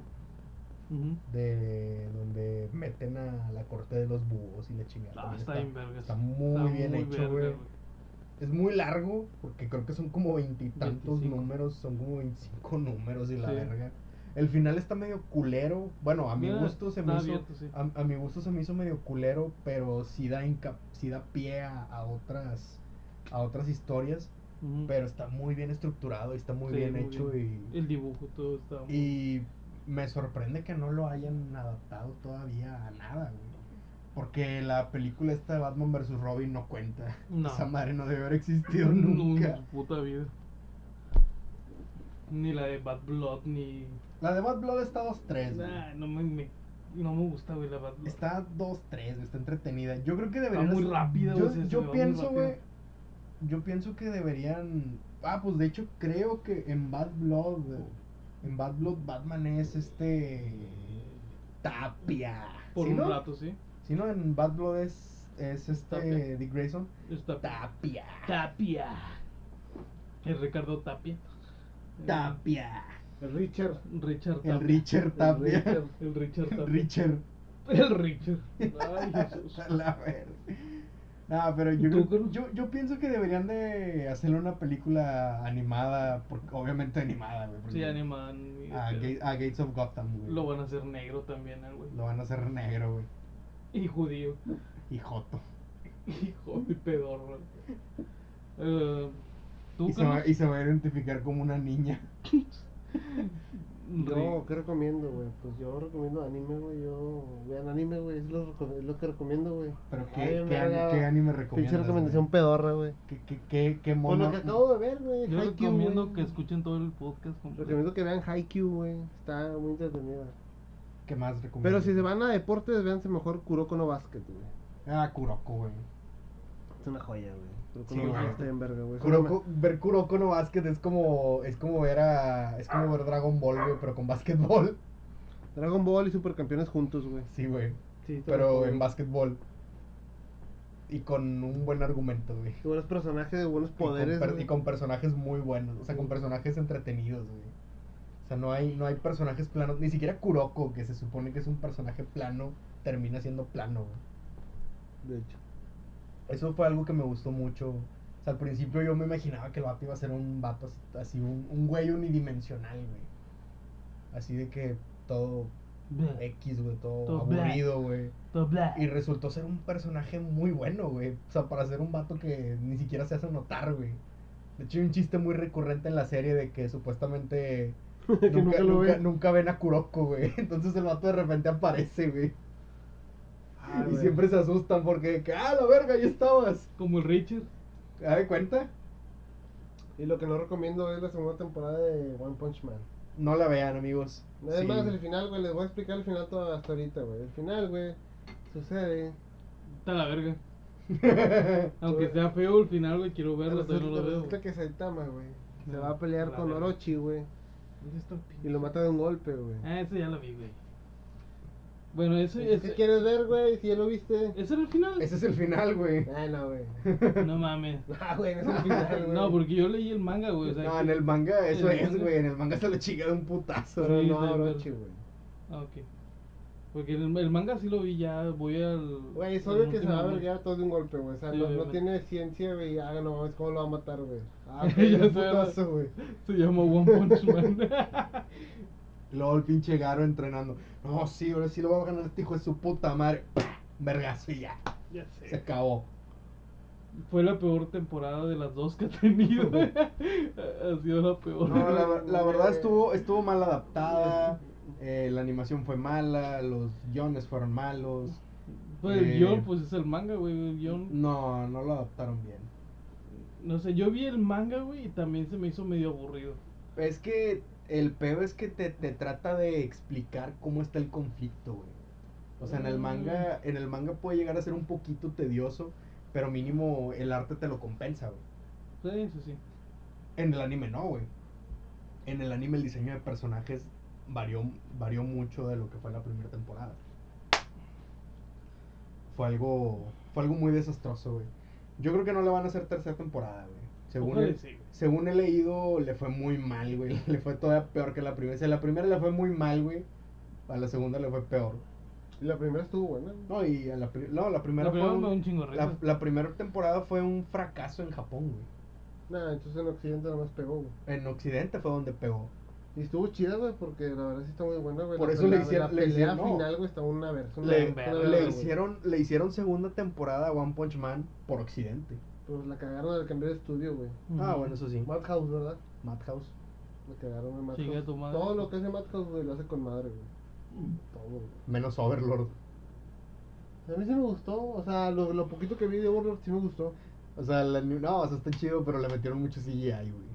Speaker 2: Ujú.
Speaker 1: de donde meten a la corte de los búhos y la chingada.
Speaker 2: Ah,
Speaker 1: También
Speaker 2: está bien verga.
Speaker 1: está muy
Speaker 2: Está
Speaker 1: bien
Speaker 2: muy
Speaker 1: hecho,
Speaker 2: verga,
Speaker 1: güey. Es muy largo, porque creo que son como veintitantos
Speaker 2: 25.
Speaker 1: números, son como 25 números y la
Speaker 2: Sí.
Speaker 1: verga. El final está medio culero. Bueno, a mi
Speaker 2: Mira,
Speaker 1: gusto se me
Speaker 2: está
Speaker 1: hizo. ah,
Speaker 2: abierto, sí.
Speaker 1: A, a mi gusto se me hizo medio culero, pero sí da, inca- sí da pie a, a otras a otras historias,
Speaker 2: Ujú.
Speaker 1: pero está muy bien estructurado y está muy
Speaker 2: Sí,
Speaker 1: bien
Speaker 2: muy
Speaker 1: hecho
Speaker 2: El dibujo, todo está.
Speaker 1: y y me sorprende que no lo hayan adaptado todavía a nada, güey. Porque la película esta de Batman vs Robin no cuenta.
Speaker 2: No.
Speaker 1: Esa madre no debe haber existido
Speaker 2: en
Speaker 1: nunca.
Speaker 2: su puta vida. Ni la de Bad Blood, ni.
Speaker 1: La de Bad Blood está 2-3. güey.
Speaker 2: Nah, no me, me- no me gusta, güey, la Bad Blood.
Speaker 1: Está 2-3, güey, está entretenida. Yo creo que deberían.
Speaker 2: muy
Speaker 1: hacer-
Speaker 2: rápida,
Speaker 1: Yo,
Speaker 2: güey, se- se
Speaker 1: yo
Speaker 2: va muy
Speaker 1: pienso,
Speaker 2: rápido.
Speaker 1: güey. Yo pienso que deberían. Ah, pues de hecho, creo que en Bad Blood. güey, En Bad Blood, Batman es este. Tapia.
Speaker 2: Por
Speaker 1: ¿Sí,
Speaker 2: un
Speaker 1: no?
Speaker 2: rato, sí.
Speaker 1: Si no, en Bad Blood es, es este.
Speaker 2: Tapia.
Speaker 1: Dick Grayson.
Speaker 2: Está
Speaker 1: Tapia.
Speaker 2: Tapia. El Ricardo Tapia. Eh,
Speaker 1: Tapia.
Speaker 3: El Richard.
Speaker 2: Richard Tapia.
Speaker 1: El Richard Tapia.
Speaker 3: Richard.
Speaker 2: El Richard Tapia.
Speaker 1: Richard.
Speaker 2: El Richard. Ay, Jesús.
Speaker 1: A la verga. Nah, pero yo, creo-
Speaker 2: ¿Tú, Carlos?
Speaker 1: yo, yo pienso que deberían de hacer una película animada, porque, obviamente animada, güey. porque-
Speaker 2: Sí, animan. y-
Speaker 1: A, Ga- a Gates of Gotham, güey.
Speaker 2: Lo van a hacer negro también, al güey.
Speaker 1: Lo van a hacer negro, güey.
Speaker 2: Y judío.
Speaker 1: Y joto.
Speaker 2: Hijo de pedorro. Eh, ¿Tú,
Speaker 1: Y se, va,
Speaker 2: Carlos?
Speaker 1: y se va a identificar como una niña.
Speaker 2: Rick.
Speaker 3: No, ¿qué recomiendo, güey? Pues yo recomiendo anime, güey. Yo vean anime, güey. Es lo, reco- es lo que recomiendo, güey.
Speaker 1: Pero ¿qué,
Speaker 3: Ay,
Speaker 1: qué, ani-
Speaker 3: verga.
Speaker 1: qué anime
Speaker 3: Pinche
Speaker 1: recomiendas?
Speaker 3: recomendación pedorra, güey.
Speaker 1: güey? ¿Qué, qué, qué, qué
Speaker 3: Por
Speaker 1: mono?
Speaker 3: lo que acabo de ver, güey.
Speaker 2: Yo
Speaker 3: Haikyuu,
Speaker 2: recomiendo
Speaker 3: güey.
Speaker 2: que escuchen todo el podcast completo.
Speaker 3: Recomiendo que vean Haikyuu, güey. Está muy entretenida.
Speaker 1: ¿Qué más recomiendas?
Speaker 3: Pero si se van a deportes, véanse mejor Kuroko no Basket, güey.
Speaker 1: Ah, Kuroko, güey.
Speaker 3: Es una joya, güey. Kuroko
Speaker 1: Sí,
Speaker 3: no
Speaker 1: güey.
Speaker 3: Basket está bien verga, güey.
Speaker 1: Kuroko- ver Kuroko no Basket es como, es como ver a, es como ver Dragon Ball, güey, pero con básquetbol.
Speaker 3: Dragon Ball y Supercampeones juntos, güey.
Speaker 1: Sí, güey.
Speaker 3: Sí, está
Speaker 1: Pero
Speaker 3: bien,
Speaker 1: en
Speaker 3: güey.
Speaker 1: básquetbol. Y con un buen argumento, güey.
Speaker 3: Qué buenos personajes, de buenos
Speaker 1: Y con
Speaker 3: poderes.
Speaker 1: per- y
Speaker 3: güey.
Speaker 1: con personajes muy buenos, o sea, con personajes entretenidos, güey. O sea, no hay, no hay personajes planos, ni siquiera Kuroko, que se supone que es un personaje plano, termina siendo plano, güey.
Speaker 3: De hecho.
Speaker 1: Eso fue algo que me gustó mucho. O sea, al principio yo me imaginaba que el vato iba a ser un vato as- así, un, un güey unidimensional, güey. Así de que todo
Speaker 2: Bleh,
Speaker 1: X, güey, todo,
Speaker 2: Todo bla.
Speaker 1: aburrido, güey.
Speaker 2: todo bla.
Speaker 1: Y resultó ser un personaje muy bueno, güey. O sea, para ser un vato que ni siquiera se hace notar, güey. De hecho, hay un chiste muy recurrente en la serie de que supuestamente
Speaker 3: Que
Speaker 1: nunca,
Speaker 3: nunca lo
Speaker 1: nunca-
Speaker 3: ve.
Speaker 1: nunca ven a Kuroko, güey. Entonces el vato de repente aparece, güey.
Speaker 3: Ah,
Speaker 1: y
Speaker 3: güey.
Speaker 1: siempre se asustan porque, de que, ah, la verga, ahí estabas.
Speaker 2: Como el Richard.
Speaker 1: ¿Te das cuenta?
Speaker 3: Y lo que no recomiendo es la segunda temporada de One Punch Man.
Speaker 1: No la vean, amigos. Sí.
Speaker 3: Además, el final, güey, les voy a explicar el final todo hasta ahorita, güey. El final, güey, sucede.
Speaker 2: Está la verga. Aunque sea feo el final, güey, quiero verlo,
Speaker 3: resulta,
Speaker 2: todavía no lo veo.
Speaker 3: resulta que Saitama, güey, se
Speaker 2: No,
Speaker 3: va a pelear
Speaker 2: la
Speaker 3: con
Speaker 2: verga.
Speaker 3: Orochi, güey,
Speaker 2: ¿Dónde está el
Speaker 3: y
Speaker 2: pinche? Eh,
Speaker 3: lo mata de un golpe, güey.
Speaker 2: Ah, ese ya lo vi, güey. Bueno, ese,
Speaker 3: ¿Qué
Speaker 2: ese,
Speaker 3: quieres ver, güey? Si ya lo viste.
Speaker 2: ese era el final.
Speaker 1: Ese es el final, güey.
Speaker 3: Ah, no, güey.
Speaker 2: No mames.
Speaker 3: No, Ah, güey, no es el final, güey.
Speaker 2: No, porque yo leí el manga, güey. o sea,
Speaker 1: No,
Speaker 2: que-
Speaker 1: en el manga eso
Speaker 2: en el
Speaker 1: es,
Speaker 2: manga-
Speaker 1: güey. En el manga se lo chinga de un putazo.
Speaker 3: Pero
Speaker 2: Sí,
Speaker 3: no,
Speaker 2: de-
Speaker 3: Orochi, Pues, güey.
Speaker 2: Ah, ok. Porque el, el manga sí lo vi ya, voy al...
Speaker 3: Güey, es
Speaker 2: al
Speaker 3: obvio que se
Speaker 2: último
Speaker 3: va a
Speaker 2: manga.
Speaker 3: verguear todo de un golpe, güey. O sea,
Speaker 2: Sí,
Speaker 3: no, no
Speaker 2: obviamente.
Speaker 3: tiene ciencia, güey. Ah, no, es cómo lo va a matar, güey. Ah,
Speaker 2: Ya
Speaker 3: güey,
Speaker 2: sé,
Speaker 3: un putazo, güey.
Speaker 2: Se llama One Punch Man.
Speaker 1: Y Luego el pinche Garo entrenando. No, sí, ahora sí lo va a ganar este hijo de su puta madre. Vergazo y ya.
Speaker 2: ya
Speaker 1: Se
Speaker 2: sé.
Speaker 1: acabó.
Speaker 2: Fue la peor temporada de las dos que ha tenido. ha sido la peor.
Speaker 1: No, la, la verdad estuvo, estuvo mal adaptada. eh, la animación fue mala. Los guiones fueron malos.
Speaker 2: Pues el
Speaker 1: Eh.
Speaker 2: guión, pues es el manga, güey. El guión.
Speaker 1: No, no lo adaptaron bien.
Speaker 2: No sé, yo vi el manga, güey, y también se me hizo medio aburrido.
Speaker 1: Es que el peor es que te, te trata de explicar cómo está el conflicto, güey. O sea, en el manga, en el manga puede llegar a ser un poquito tedioso, pero mínimo el arte te lo compensa, güey.
Speaker 2: Sí, sí, sí.
Speaker 1: En el anime no, güey. En el anime el diseño de personajes varió, varió mucho de lo que fue la primera temporada. Fue algo, fue algo muy desastroso, güey. Yo creo que no le van a hacer tercera temporada, güey. Según,
Speaker 2: Ojalá
Speaker 1: el-
Speaker 2: y sí, güey.
Speaker 1: según he leído, le fue muy mal, güey. Le fue todavía peor que la primera. Si a la primera le fue muy mal, güey. A la segunda le fue peor.
Speaker 3: Y la primera estuvo buena. güey.
Speaker 1: No, y a la, pri- no, la primera
Speaker 2: La primera
Speaker 1: fue
Speaker 2: me da
Speaker 1: un-
Speaker 2: un chingo de
Speaker 1: la-
Speaker 2: risa.
Speaker 1: la primera temporada fue un fracaso en Japón, güey.
Speaker 3: Nah, entonces en Occidente nomás pegó, güey.
Speaker 1: En Occidente fue donde pegó.
Speaker 3: Y estuvo chida, güey, porque la verdad sí está muy buena, güey.
Speaker 1: Por
Speaker 3: La-
Speaker 1: eso le
Speaker 3: la-
Speaker 1: hicieron-
Speaker 3: La
Speaker 1: le
Speaker 3: pelea
Speaker 1: hicieron- no.
Speaker 3: final, güey, está una
Speaker 1: Pues
Speaker 3: versión.
Speaker 1: Le,
Speaker 2: verga,
Speaker 1: le
Speaker 2: güey.
Speaker 1: hicieron, le hicieron segunda temporada a One Punch Man por Occidente.
Speaker 3: Pues la cagaron al cambiar de estudio, güey.
Speaker 1: Ah, bueno, eso sí.
Speaker 3: Madhouse, ¿verdad?
Speaker 1: Madhouse.
Speaker 3: Me cagaron en Madhouse.
Speaker 2: Chinga tu madre.
Speaker 3: Todo lo que hace Madhouse, güey, lo hace con madre, güey. Todo, güey.
Speaker 1: Menos Overlord.
Speaker 3: A mí sí me gustó, o sea, lo, lo poquito que vi de Overlord sí me gustó.
Speaker 1: O sea, la- no, o sea, está chido, pero le metieron mucho CGI, güey.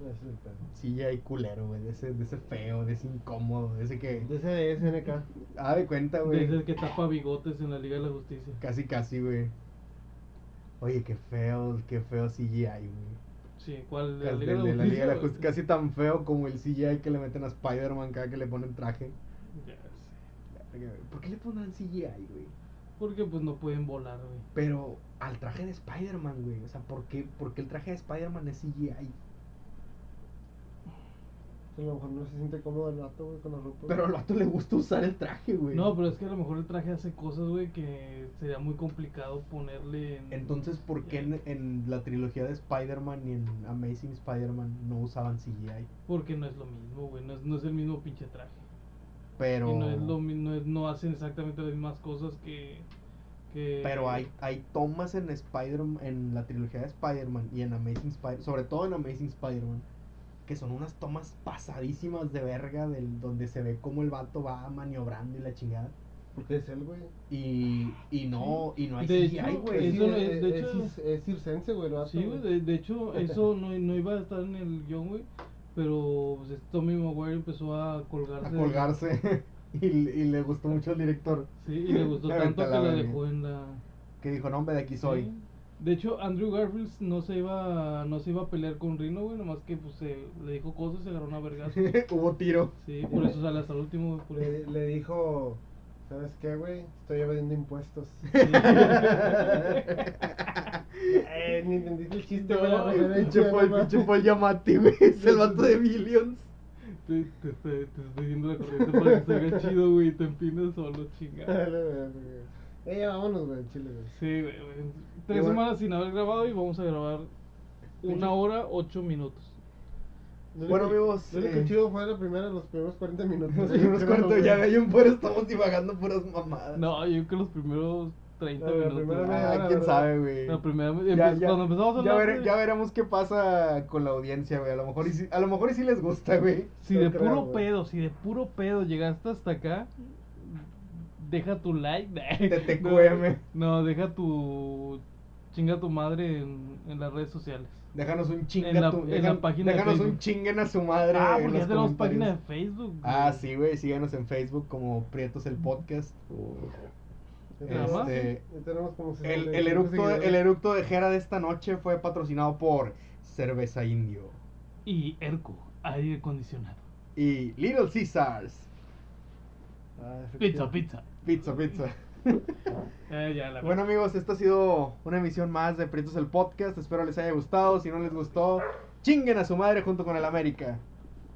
Speaker 3: Ese es el pedo.
Speaker 1: CGI culero, güey. De ese, de ese feo, de ese incómodo, de ese que.
Speaker 3: De ese de SNK.
Speaker 1: Ah, de cuenta,
Speaker 2: Desde el
Speaker 1: güey.
Speaker 2: que tapa bigotes en la Liga de la Justicia.
Speaker 1: Casi, casi, güey. Oye, qué feo, qué feo CGI, güey.
Speaker 2: Sí, ¿cuál?
Speaker 1: El de de la Liga de la Justicia. Casi tan feo como el CGI que le meten a Spider-Man cada que le ponen traje.
Speaker 2: Ya sé.
Speaker 1: ¿Por qué le pondrán CGI, güey?
Speaker 2: Porque pues no pueden volar, güey.
Speaker 1: Pero al traje de Spider-Man, güey. O sea, ¿por qué? Porque el traje de Spider-Man es CGI.
Speaker 3: A lo mejor no se siente cómodo el rato, güey, con la ropa.
Speaker 1: Pero al vato le gusta usar el traje, güey.
Speaker 2: No, pero es que a lo mejor el traje hace cosas, güey, que sería muy complicado ponerle en...
Speaker 1: Entonces, ¿por qué en, en la trilogía de Spider-Man y en Amazing Spider-Man no usaban CGI?
Speaker 2: Porque no es lo mismo, güey, no es, no es el mismo pinche traje.
Speaker 1: Pero.
Speaker 2: Y no es lo mi- no, es- no hacen exactamente las mismas cosas que... que-
Speaker 1: Pero hay, hay tomas en spider en la trilogía de Spider-Man y en Amazing Spider-Man, sobre todo en Amazing Spider-Man, que son unas tomas pasadísimas de verga del, donde se ve cómo el vato va maniobrando y la chingada.
Speaker 3: Porque es él, güey. Pues
Speaker 1: Y, y no, y no hay
Speaker 2: De
Speaker 1: CGI,
Speaker 2: hecho,
Speaker 1: güey.
Speaker 2: eso
Speaker 3: Sí, eh,
Speaker 2: no es- de
Speaker 3: es,
Speaker 2: hecho-
Speaker 3: es, es circense, güey, lo
Speaker 2: Sí, güey, de, de hecho, eso no, no iba a estar en el guión, güey. Pero pues, Tommy Maguire empezó a colgarse.
Speaker 1: a
Speaker 2: de-
Speaker 1: colgarse. Y, y le gustó mucho al director
Speaker 2: Sí, y le gustó
Speaker 1: Vete
Speaker 2: tanto
Speaker 1: a
Speaker 2: que
Speaker 1: la
Speaker 2: la
Speaker 1: verga.
Speaker 2: dejó en la...
Speaker 1: que dijo: No, hombre, de aquí soy.
Speaker 2: Sí. De hecho, Andrew Garfield no se iba no se iba a pelear con Rino, güey, nomás que pues se- le dijo cosas, se agarró una vergazo.
Speaker 1: Hubo tiro.
Speaker 2: Sí, por eso sale hasta el último, güey, por eso.
Speaker 3: Le, le dijo, ¿sabes qué, güey? Estoy evadiendo impuestos. eh, ni entendiste el chiste, güey. la referencia,
Speaker 1: pinche Paul,
Speaker 3: no mames.
Speaker 1: pinche Paul Yamati, güey. Es el vato de Billions.
Speaker 2: Te, te, te- te estoy yendo la corriente para que se haga chido, güey, y te empinas solo, chingada.
Speaker 3: Eh, ya vámonos, güey, al chile, güey.
Speaker 2: Sí, güey, güey. Tres
Speaker 1: Y bueno-
Speaker 2: semanas sin haber grabado y vamos a grabar una hora, ocho minutos.
Speaker 3: Lo
Speaker 1: Bueno,
Speaker 3: único-
Speaker 1: amigos,
Speaker 3: Lo único
Speaker 1: eh,
Speaker 3: chido fue la primera, los primeros 40 minutos.
Speaker 1: Nos
Speaker 3: güey,
Speaker 1: fuimos
Speaker 3: creo,
Speaker 1: corto,
Speaker 3: güey.
Speaker 1: ya en fuera estamos divagando puras mamadas.
Speaker 2: No, yo creo que los primeros 30
Speaker 3: A ver,
Speaker 2: minutos.
Speaker 3: primero
Speaker 2: güey.
Speaker 3: me-
Speaker 1: Ah,
Speaker 3: la
Speaker 1: quién
Speaker 3: verdad.
Speaker 1: sabe, güey.
Speaker 2: La primera
Speaker 1: Ya,
Speaker 2: empe-
Speaker 1: ya,
Speaker 2: cuando empezamos a
Speaker 1: ya,
Speaker 2: hablar,
Speaker 1: vere-
Speaker 2: güey,
Speaker 1: ya veremos qué pasa con la audiencia, güey. A lo mejor y sí, a lo mejor y sí les gusta, güey.
Speaker 2: Si
Speaker 3: No
Speaker 2: de
Speaker 3: creo,
Speaker 2: puro
Speaker 3: güey.
Speaker 2: pedo, si de puro pedo llegaste hasta acá, deja tu like.
Speaker 1: Te TQM.
Speaker 2: No, deja tu. Chinga tu madre en, en las redes sociales.
Speaker 1: Déjanos un chingue
Speaker 2: En la-
Speaker 1: a tu-
Speaker 2: en la
Speaker 1: dejan-
Speaker 2: página de
Speaker 1: Déjanos un
Speaker 2: Facebook.
Speaker 1: chinguen a su madre.
Speaker 2: Ah,
Speaker 1: en
Speaker 2: porque ya
Speaker 1: los
Speaker 2: tenemos
Speaker 1: comentarios.
Speaker 2: página de Facebook. güey.
Speaker 1: Ah, sí, güey. Síganos en Facebook como Prietos el Podcast.
Speaker 3: Ya
Speaker 2: Nada más.
Speaker 3: tenemos-
Speaker 1: Este,
Speaker 3: ya tenemos como
Speaker 1: el,
Speaker 3: 65
Speaker 1: el, eructo,
Speaker 3: seguidores.
Speaker 1: el eructo de Jera de esta noche fue patrocinado por Cerveza Indio
Speaker 2: Y Erco, aire acondicionado.
Speaker 1: y Little Caesars.
Speaker 3: Ah,
Speaker 2: Pizza, pizza.
Speaker 1: Pizza, pizza.
Speaker 2: Eh, ya la
Speaker 1: Bueno amigos, esta ha sido una emisión más de Prietos el Podcast. Espero les haya gustado. Si no les gustó, chinguen a su madre junto con el América.